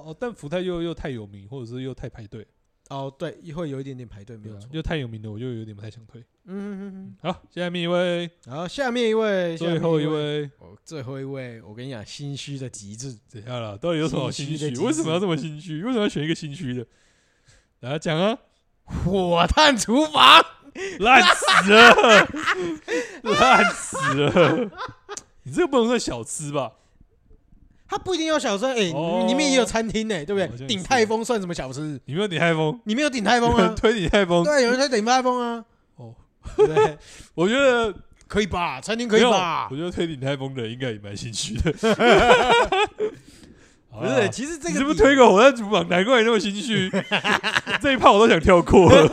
哦，但福泰又又太有名，或者是又太排队，
哦，对，会有一点点排队，没
对
有
啊
错，。
又太有名的，我就有点不太想推。
嗯哼哼
好，下面一位，
哼。好，下面一位，下
最
面
后一
一位，
位，
哦，最后一位，我跟你讲，心虚的极致。
怎样了？到底有什么好心
心虚的？
虚
极致
为什么要这么心虚？为什么要选一个心虚的？来讲啊，
火炭厨房，
烂 死了，烂死了！你这个不能算小吃吧？
它不一定要小吃，哎、
哦
里面也有餐厅呢、对不
好像
对？
也
顶
是
泰丰算什么小吃？
你没有顶泰丰，
你没有顶泰丰
有人
啊？
推你泰丰
对，有人在顶泰丰啊。
哦。
对不对，
我觉得
可以 吧？餐厅可
没
以
有
吧
我？觉得推顶泰丰的人应该也蛮心虚的。
不
啊
是，其实这个
你是不是
底
推个火山厨房？难怪你那么 心虚。这一炮我都想跳过了，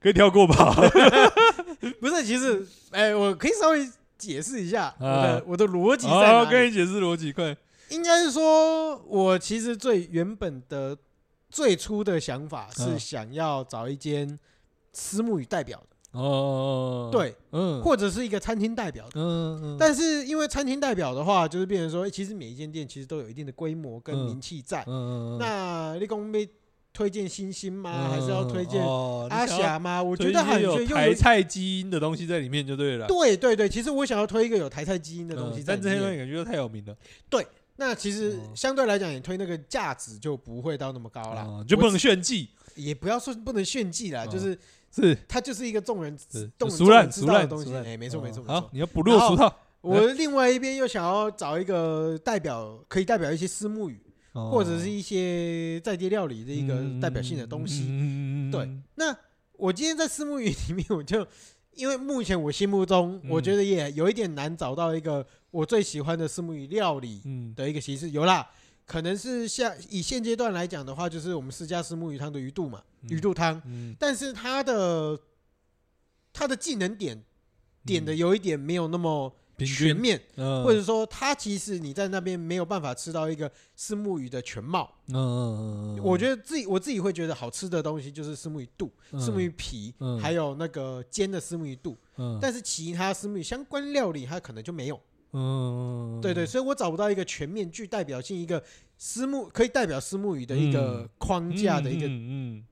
可以跳过吧？
不是，其实，哎、我可以稍微解释一下我的、
啊
我的逻辑在哪
好，
里。
跟你解释逻辑，快。
应该是说，我其实最原本的最初的想法是
嗯
想要找一间私募语代表的，
哦，
对，
嗯，
或者是一个餐厅代表的。
嗯，嗯，
但是因为餐厅代表的话，就是变成说，欸其实每一间店其实都有一定的规模跟
嗯
名气在。
嗯，嗯嗯
那立功被推荐星星吗？
嗯
还是要推荐
哦
阿
你想要
霞吗？我
推
觉
一
得
些
很
有
缺又有
台菜基因的东西在里面就对了。
对对对，其实我想要推一个有台菜基因的东西
嗯
在
但
里
这些东西
面。
感觉都太有名了，
那其实
哦
相对来讲，你推那个价值就不会到那么高啦，
嗯就不
我
能炫技，
也不要说不能炫技啦，
哦
就是
是
它就是一个众人
是
众人
熟烂
知
熟
道的
烂
东西。
熟烂
哎，没错没错
嗯
没
好
错，。
你要不落俗套，
我另外一边又想要找一个代表，可以代表一些私募语，
哦
或者是一些在地料理的一
嗯
个代表性的东西。
西
对那我今天在私募语里面，我就因为目前我心目中，
嗯
我觉得也有一点难找到一个我最喜欢的私募语料理
嗯，
的一个形式。有啦，可能是下以现阶段来讲的话，就是我们私家私募鱼汤的鱼肚嘛，
嗯
鱼肚汤，
嗯，
但是它的它的技能点点的有一点没有那么
嗯平均
全面，
嗯，
或者说它其实你在那边没有办法吃到一个私募鱼的全貌。
嗯嗯嗯，
我觉得自己我自己会觉得好吃的东西就是私募鱼肚、
得
私募鱼，皮，
嗯
还有那个煎的私募鱼肚，
嗯，
但是其他私募鱼相关料理它可能就没有。
嗯，
对对，所以我找不到一个全面具代表性一个私募可以代表私募鱼的一个
嗯
框架的一个
嗯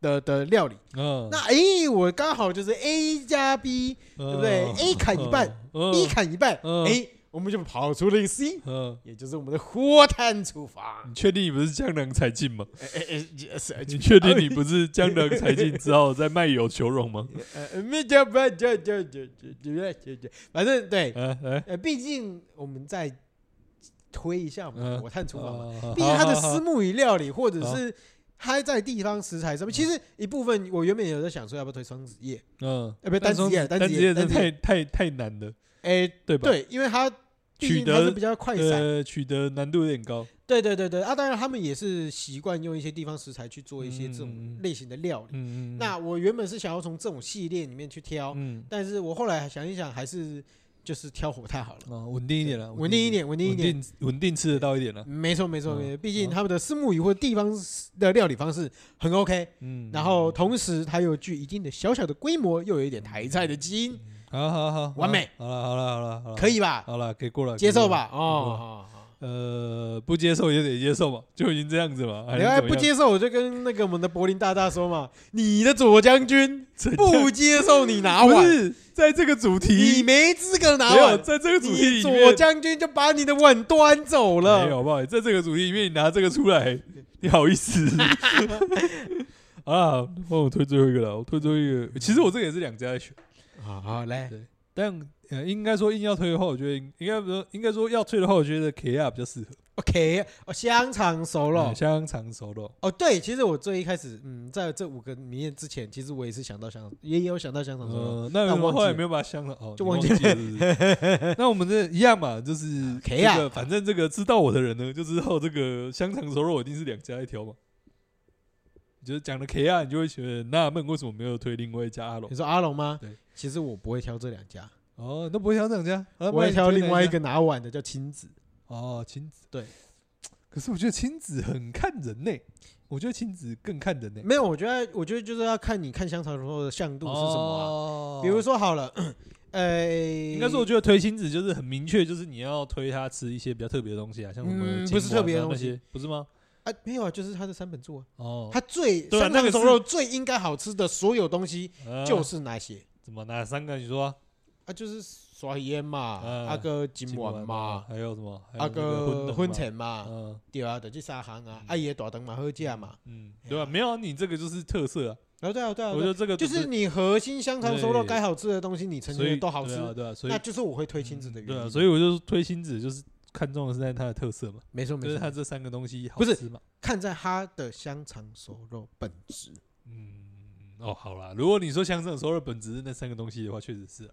的的料理。
嗯，
那诶，我刚好就是 A 加 B，B
对
不对？A 砍一半砍一半，
嗯
诶，我们就跑出了一个 C，
嗯，
也就是我们的火炭厨房
你。确定你不是江郎才尽吗？
哎哎哎，是
你 确定你不是江郎才尽之后在卖友求荣 吗？
呃，没叫不叫叫叫叫叫叫叫，反正对，
哎哎，
呃，毕竟我们再推一下我们
嗯
的火炭厨房嘛。
嘛
啊毕竟它的私募与料理，或者
哦
是它在地方食材上面，其实一部分我原本有在想说要不要推双子叶，
嗯，
呃，不单子叶，
单
子叶，
真
单
的
子叶
太，太太难了，
哎，
对吧？
对，因为它毕
取
竟它是
得
比较快闪，
呃取得难度有点高，
对对对对啊，当然他们也是习惯用一些地方食材去做一些这种
嗯
类型的料理。
嗯嗯，
那我原本是想要从这种系列里面去挑，
嗯
但是我后来想一想，还是就是挑火炭好了，
哦稳定一点了，
稳定一，点，稳定一
稳
点。
定稳定吃得到一 点了，
没错，没错，
嗯
没错。毕竟
嗯
他们的私募鱼或地方的料理方式很 OK，
嗯，
然后同时它又具一定的小小的规模，又有一点台菜的基因，
好好好，好了好了好了好了，
可以吧？
好了，给过了，
接受。吧？
嗯
哦，
呃，不接受也得接受嘛，就已经这哎样子嘛。
你哎要不接受，我就跟那个我们的柏林大大说嘛，你的左将军不接受你拿
不
碗，
是在这个主
你
题，
没资格拿
没有
碗。
在这个主题
你
里
左
面，
将军就把你的碗端走
没有
了。
好不好？在这个主题里面，你拿这个出来，你好意思？ 好了，帮我推最后一个了，我推最后一个。其实我这个也是两家在选，
好好来，
但呃，应该说硬要推的话，我觉得应应该不是，应该说要推的话，我觉得 K R 比较适合，
OK，哦，香肠熟肉
嗯。香肠熟肉。
哦，对，其实我最一开始，嗯，在这五个里面之前，其实我也是想到香肠，也有想到香肠熟肉。
呃，那我
那忘
们
记
后来
了
没有把它香了，哦，
就
你
忘
忘
记
了是不是。 那我们这一样嘛，就是
可
这
以啊
个，反正这个知道我的人呢，就知道这个香肠熟肉一定是两家在挑嘛。就是讲了 K R，你就会啊觉得纳闷为什么没有推另外一家阿龙
你。说阿龙吗？
对，
其实我不会挑这两家，
哦，那不会挑这两家，好那不
我会
然你
挑
推哪
另外一个拿碗的叫亲子。
家哦，亲子
对。
可是我觉得亲子很看人呢、我觉得亲子更看人呢、
没有，我觉得，我觉得就是要看你看香肠熟肉的向度是什么啊。
哦
比如，说好了，呃，应
应该说我觉得推亲子就是很明确，就是你要推他吃一些比较特别的东西啊，像
嗯
我们
不是特别的
的
东
那
西
些，不是吗？
啊，没有啊，就是它的三本柱啊，
哦，
它最
对啊
香
那
肠
个
熟
是
肉最应该好吃的所有东西
呃
就是哪些
怎么哪三个？你说啊
啊？就是刷烟嘛，啊
嗯
阿哥金
金
碗
丸
嘛，啊
还有什么？还有
阿
那个
哥
馄
婚
饨
前嘛
嘛，，嗯
对啊，就这三行啊，阿爷大灯嘛，喝价嘛，
嗯，对吧？没有啊，你这个就是特色啊。
然后对啊，对啊，
我觉
对啊
得这个
就是你核心香肠熟肉该好吃的东西，你呈
所以
现都好吃
对，啊，对啊，所以
那就是我会推亲子的原
对啊，
因。
所以我就推星子，就是看中的是在它的特色嘛，
没错
就
没
是它
错，
这三个东西好
不是
吃嘛。
看在它的香肠熟肉本质。
嗯，哦，好啦，如果你说香肠熟肉本质是那三个东西的话，确实是啊。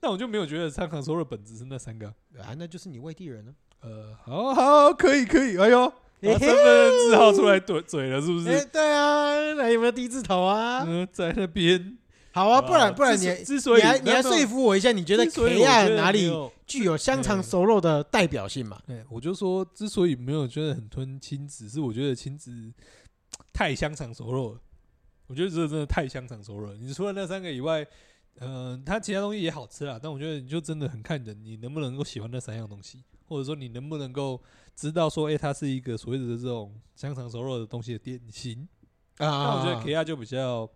那我就没有觉得香肠熟肉本质是那三个啊
啊，那就是你外地人呢、
呃，好好可以可以，哎呦，拿身份证字号出来怼嘴了是不
哎，
是？
对啊，那有没有低字头啊？
嗯，在那边，
好啊，
好
不然不然
之
你
所
还
之所
你
以
还你还说服我一下，你觉得 K 亚哪？
之所以我觉得没
里
有
具有香肠
嗯
熟肉的代表性嘛？
对，哎我就说，之所以没有觉得很吞亲子，是我觉得亲子太香肠熟肉了。我觉得这真的太香肠熟肉了。你除了那三个以外，嗯，它其他东西也好吃啦，但我觉得你就真的很看人，你能不能够喜欢那三样东西，或者说你能不能够知道说，哎、它是一个所谓的这种香肠熟肉的东西的典型。那
啊，
我觉得 K R 就比较。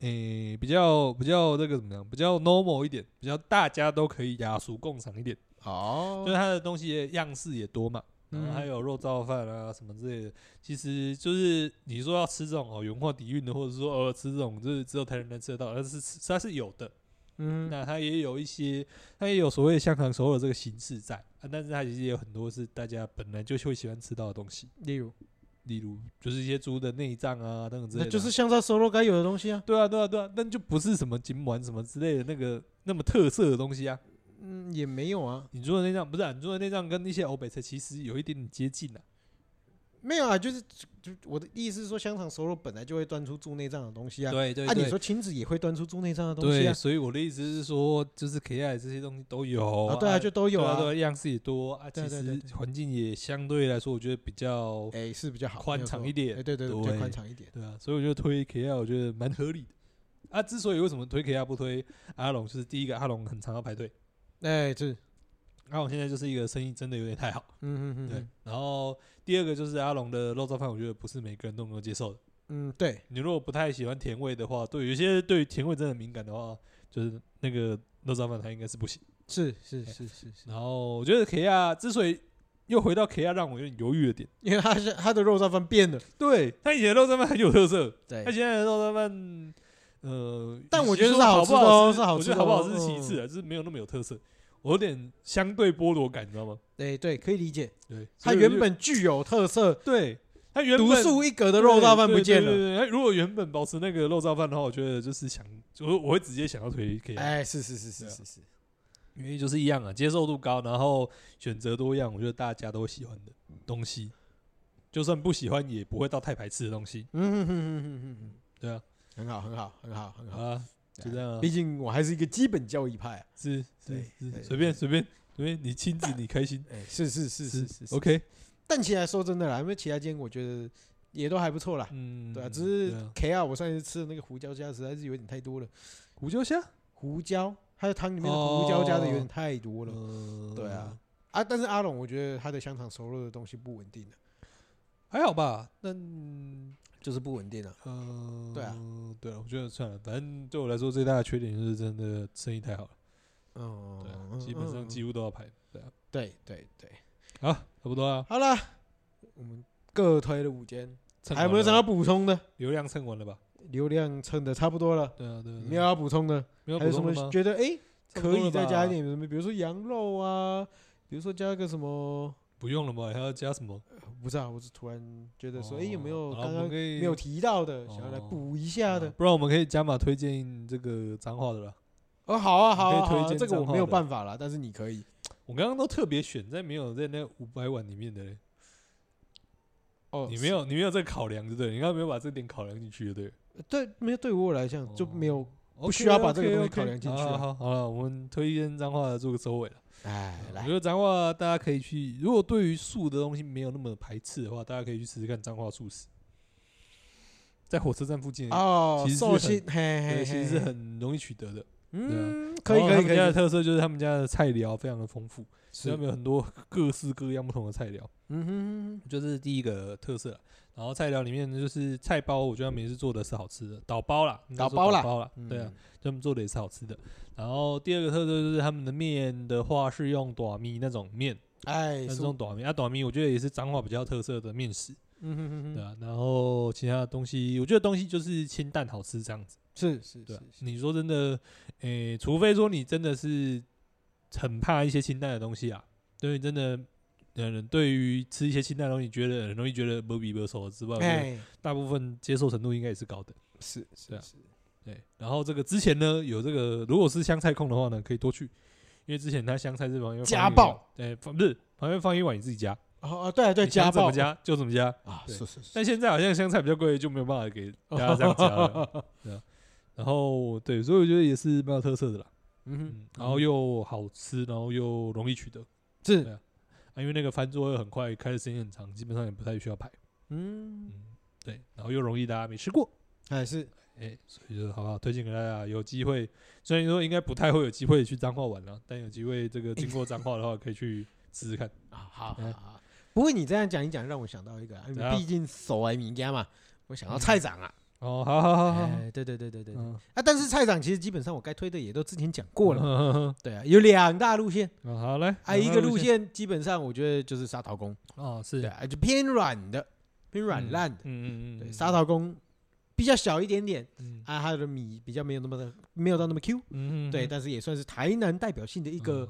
诶、比较比较那个怎么样？比较 normal 一点，比较大家都可以雅俗共赏一点。
哦
就是它的东西也样式也多嘛，然后
嗯
还有肉燥饭啊什么之类的。其实就是你说要吃这种哦原化底蕴的，或者说偶尔吃这种就是只有台人能吃得到，但是吃它是有的。
嗯，
那它也有一些，它也有所谓的香肠熟肉的这个形式在、啊，但是它其实也有很多是大家本来就会喜欢吃到的东西，
例如，
例如就是一些猪的内脏啊等等之类
那
的啊。
就是香肠熟肉该有的东西啊。
对啊对啊对啊，但就不是什么金丸什么之类的那个那么特色的东西啊。
嗯，也没有啊，
你做的内脏不是、啊、你做的内脏跟那些欧北菜其实有一点点接近啊。
没有啊，就是就我的意思是说，香肠熟肉本来就会端出猪内脏的东西啊。
对对
啊，
对
你说亲子也会端出猪内脏的东西
对，
啊？
所以我的意思是说，就是 K I 这些东西都有
啊，对啊，就都有
对啊，
啊
对。啊样式也多啊，其
对对
实
对
环境也相对来说，我觉得比较
哎，是比较好，
宽
没有
敞
错
一点
哎，对对对，比较
对
宽敞一点。
对啊，所以我觉得推 K I 我觉得蛮合理的。啊，之所以为什么推 K I 不推阿龙，就是第一个阿龙很常要排队，
哎，是，
阿龙现在就是一个生意真的有点太好，
嗯嗯嗯
对。
嗯，
然后第二个就是阿龙的肉燥饭，我觉得不是每个人都能够接受的。
嗯，对，
你如果不太喜欢甜味的话，对有些对于甜味真的敏感的话，就是那个肉燥饭它应该是不行。
是是
哎
是是是，
然后我觉得 K 亚之所以又回到 K 亚，让我有点犹豫的点，
因为他是他的肉燥饭变了，
对他以前的肉燥饭很有特色，
对
他现在的肉燥饭，呃，
但我
与其
觉得
说
是好
好
吃
不
的哦
吃
是好
我
吃
觉得
的
好不好
哦
吃是其
嗯
次啊，就是没有那么有特色，我有点相对剥夺感，你知道吗？
哎，对，可以理解。
对，所
它
以我
原
就
本具有特色、
对他原
独
本
树一格的
对
肉燥饭
对
不见
对
了。
对对哎他如果原本保持那个肉燥饭的话，我觉得就是想，我我会直接想要推 K 亚，
哎，是是是是
对啊
是是，
因为就是一样啊，接受度高，然后选择多样，我觉得大家都喜欢的东西，就算不喜欢也不会到太排斥的东西，
嗯哼哼哼哼哼哼，
对啊，
很好很好很好很
好
好。
啊，就这样
嗯
啊
毕，竟我还是一个基本教义派、啊。
是
对
是是，
对
随便随便随便，你亲子你开心
哎、是是是是是是。
，OK，
但其他说真的啦，因为其他间我觉得也都还不错啦。
嗯，
对啊，只是
啊
K R 我上一次吃的那个胡椒虾实在是有点太多了，
胡椒虾，
胡椒还有汤里面的胡椒加的有点太多了、
哦嗯
对啊，啊。但是阿龙我觉得他的香肠熟肉的东西不稳定的，啊
还好吧，那
就是不稳定啊。
嗯，
对啊，
对啊，我觉得算了，反正对我来说最大的缺点就是真的生意太好了，
嗯，
对啊，
嗯
基本上
嗯
几乎都要排，对啊，
对对对。
好，差不多啊，
好了，我们各推了五间，
蹭
还
完
有没有
了
想
吧
要补充的？
流量蹭完了吧？
流量蹭的差不多了，
对啊，对啊，
没有要补充的？
没有
还有什
什
么
么
觉得哎、诶
差不
可
多
以
了
再
吧
加一点什么？比如说羊肉啊，比如说加个什么，
不用了吧？还要加什么？
呃不知道，我是突然觉得说，哎、有没有
哦好
刚
我们
刚
可
没
以
有提到的，想要来
哦
补一下的
啊？不然我们可以加码推荐这个脏话的了。
哦，好啊，好
可以
啊，好
推
啊
荐
这个我
账号
没有
的
办法啦，但是你可以。
我刚刚都特别选在没有在那五百碗里面的嘞，
哦，
你没有你没有在考量，对不对？你刚刚没有把这点考量进去，对不对？
是对，没有对于我来讲就没有，
不
需要把这个东西考量进去啊
好好好了，我们推荐脏话做个收尾了。
哎，
我
来
觉，得脏话大家可以去，如果对于素的东西没有那么排斥的话，大家可以去试试看脏话素食，在火车站附近，
哦
其，实是
寿
很
星，嘿嘿
对，
嘿，
其实是很容易取得的。
嗯，可
然
以可
后他
以
们
可以
家
可
的
以，
特色就是他们家的菜肴非常的丰富，
是
所以他们有很多各式各样不同的菜肴，
嗯哼哼
这是第一个特色啦。然后菜肴里面呢就是菜包，我觉得他们也是做的是好吃的，倒包啦，应该
倒
说
包啦
倒包啦，
哼，
对啊
嗯，，
他们做的也是好吃的。然后第二个特色就是他们的面的话是用短米那种面，
哎，
那
是
种短米，啊短米我觉得也是彰化比较特色的面食，
嗯哼哼
对
哼，
啊。然后其他的东西，我觉得东西就是清淡好吃这样子。
是是
对啊
是，是，
你说真的，诶、除非说你真的是很怕一些清淡的东西啊，对，真的，呃，对于吃一些清淡的东西，觉得很容易觉得不比不熟之外，我觉得
哎，
大部分接受程度应该也是高的。
是是
啊对啊
是，
对，然后这个之前呢，有这个如果是香菜控的话呢，可以多去，因为之前他香菜这方面
家暴，
对，放不是旁边放一碗你自己夹，
哦哦，对啊对，
你想
家
怎
暴
么夹就怎么夹。
啊，
对
是是是，
但现在好像香菜比较贵，就没有办法给 大家这样夹了。然后对，所以我觉得也是蛮有特色的啦。
嗯
嗯，然后又好吃，然后又容易取得
是
对啊，因为那个翻桌又很快，开的时间很长，基本上也不太需要排。
嗯，
嗯，对，然后又容易大家没吃过，
哎是
哎，所以就好不好推荐给大家？有机会，虽然说应该不太会有机会去彰化玩了，但有机会这个经过彰化的话，可以去试试看。
啊，好好
哎
好。不过你这样讲一讲，让我想到一个啊，因
怎
为
样
毕竟手为名家嘛，我想到菜长啊，
哦，好好好好，
哎，对对对对对对
嗯，
啊，但是菜长其实基本上我该推的也都之前讲过了，
了，
对啊，有两大路线，
嗯好来，
啊，一个路线基本上我觉得就是沙桃工，
哦，是
对啊，就偏软的，偏软烂的，
嗯嗯嗯，
对，沙桃工比较小一点点，
嗯
啊，它的米比较没有那么的，没有到那么 Q，
嗯，
对，但是也算是台南代表性的一个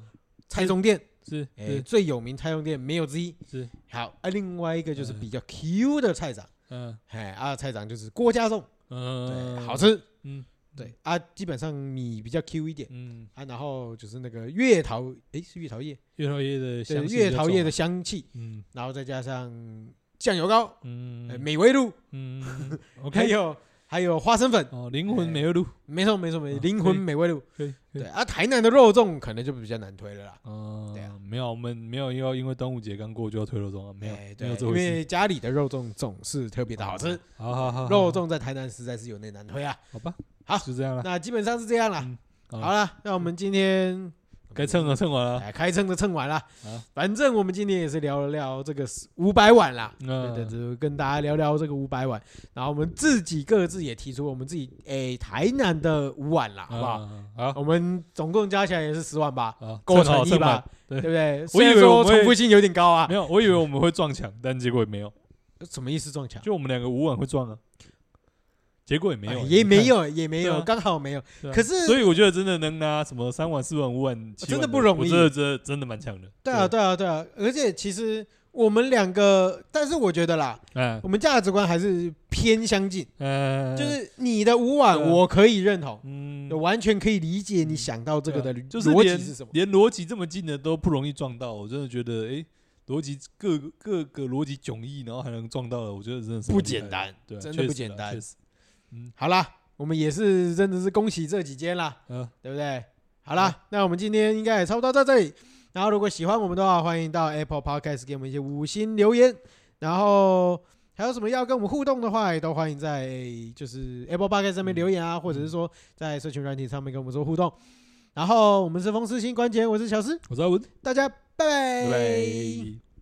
菜中店，
是
哎，
是
最有名菜中店没有之一。
是，
好，啊，另外一个就是比较 Q 的菜长，
嗯
哎，啊，菜长就是郭家粽，对，
嗯，
好，吃，
嗯
对，啊，基本上米比较 Q 一点。
嗯，
啊，然后就是那个月桃，哎，是月桃叶，
月桃叶
对，
的香，
月桃叶的，香气，
嗯
然后再加上酱油膏、呃
嗯
美味露，
嗯
还
，OK，
有还有花生粉，
哦，灵魂美味路，
没错没错没
啊
错，灵
可
魂
以
美味露。
可以，
对，啊，台南的肉粽可能就比较难推了啦。
嗯，没有，我们没有要因为端午节刚过就要推肉粽啊，没有
哎，
没
对
有，这
因
回事，啊
为家里的肉粽总是特别的好吃，，
好好好，
肉粽在台南实在是有点难推啊。
好吧，
好
就这 样了，
那基本上是这样啦
嗯。好
好啦，那我们今天
该蹭了蹭完了，
哎开秤的蹭完了
好，
反正我们今天也是聊了聊这个五百碗啦。
嗯，
对对，对，跟大家聊聊这个五百碗，然后我们自己各自也提出我们自己诶、台南的五碗啦，
嗯
好不好？
好？好，
我们总共加起来也是十碗吧，
好，
够
蹭好
诚意
蹭
吧
完？
对
对
不对？
我以
虽然
为
说
我们
重
会
复性有点高啊
没，有，我以为我们会撞墙，但结果也没有，
什么意思撞墙？
就我们两个五晚会撞啊，结果也没有，
哎也没
你看，
有，也没
对
有，
啊
刚好没有。
对啊
可是
所以我觉得真的能拿什么三晚、四晚、五晚、七晚
真的不容易
我真的真的真的蛮强的。
对啊，，对啊，对啊，而且其实我们两个，但是我觉得啦，
嗯
我们价值观还是偏相近，
嗯，
就是你的五碗
对啊
我可以认同，
嗯
我，完全可以理解你
嗯
想到这个的
对啊
逻
就是
逻
连
辑是什么。
连逻辑这么近的都不容易撞到，我真的觉得，哎，逻辑各各个逻辑迥异，然后还能撞到了，我觉得真的是
不
蛮厉害
简
的，
单，
对啊，
真
确
的不
实
简
啊
单
确。实
好啦，我们也是真的是恭喜这几间啦，
嗯，
对不对？好啦，那我们今天应该也差不多到这里。然后如果喜欢我们的话，欢迎到 Apple Podcast 给我们一些五星留言。然后还有什么要跟我们互动的话，也都欢迎在哎就是 Apple Podcast 上面留言啊，或者是说在社群软体上面跟我们做互动。然后我们是风湿性关节，我是小诗，
我是阿文，
大家拜
拜拜。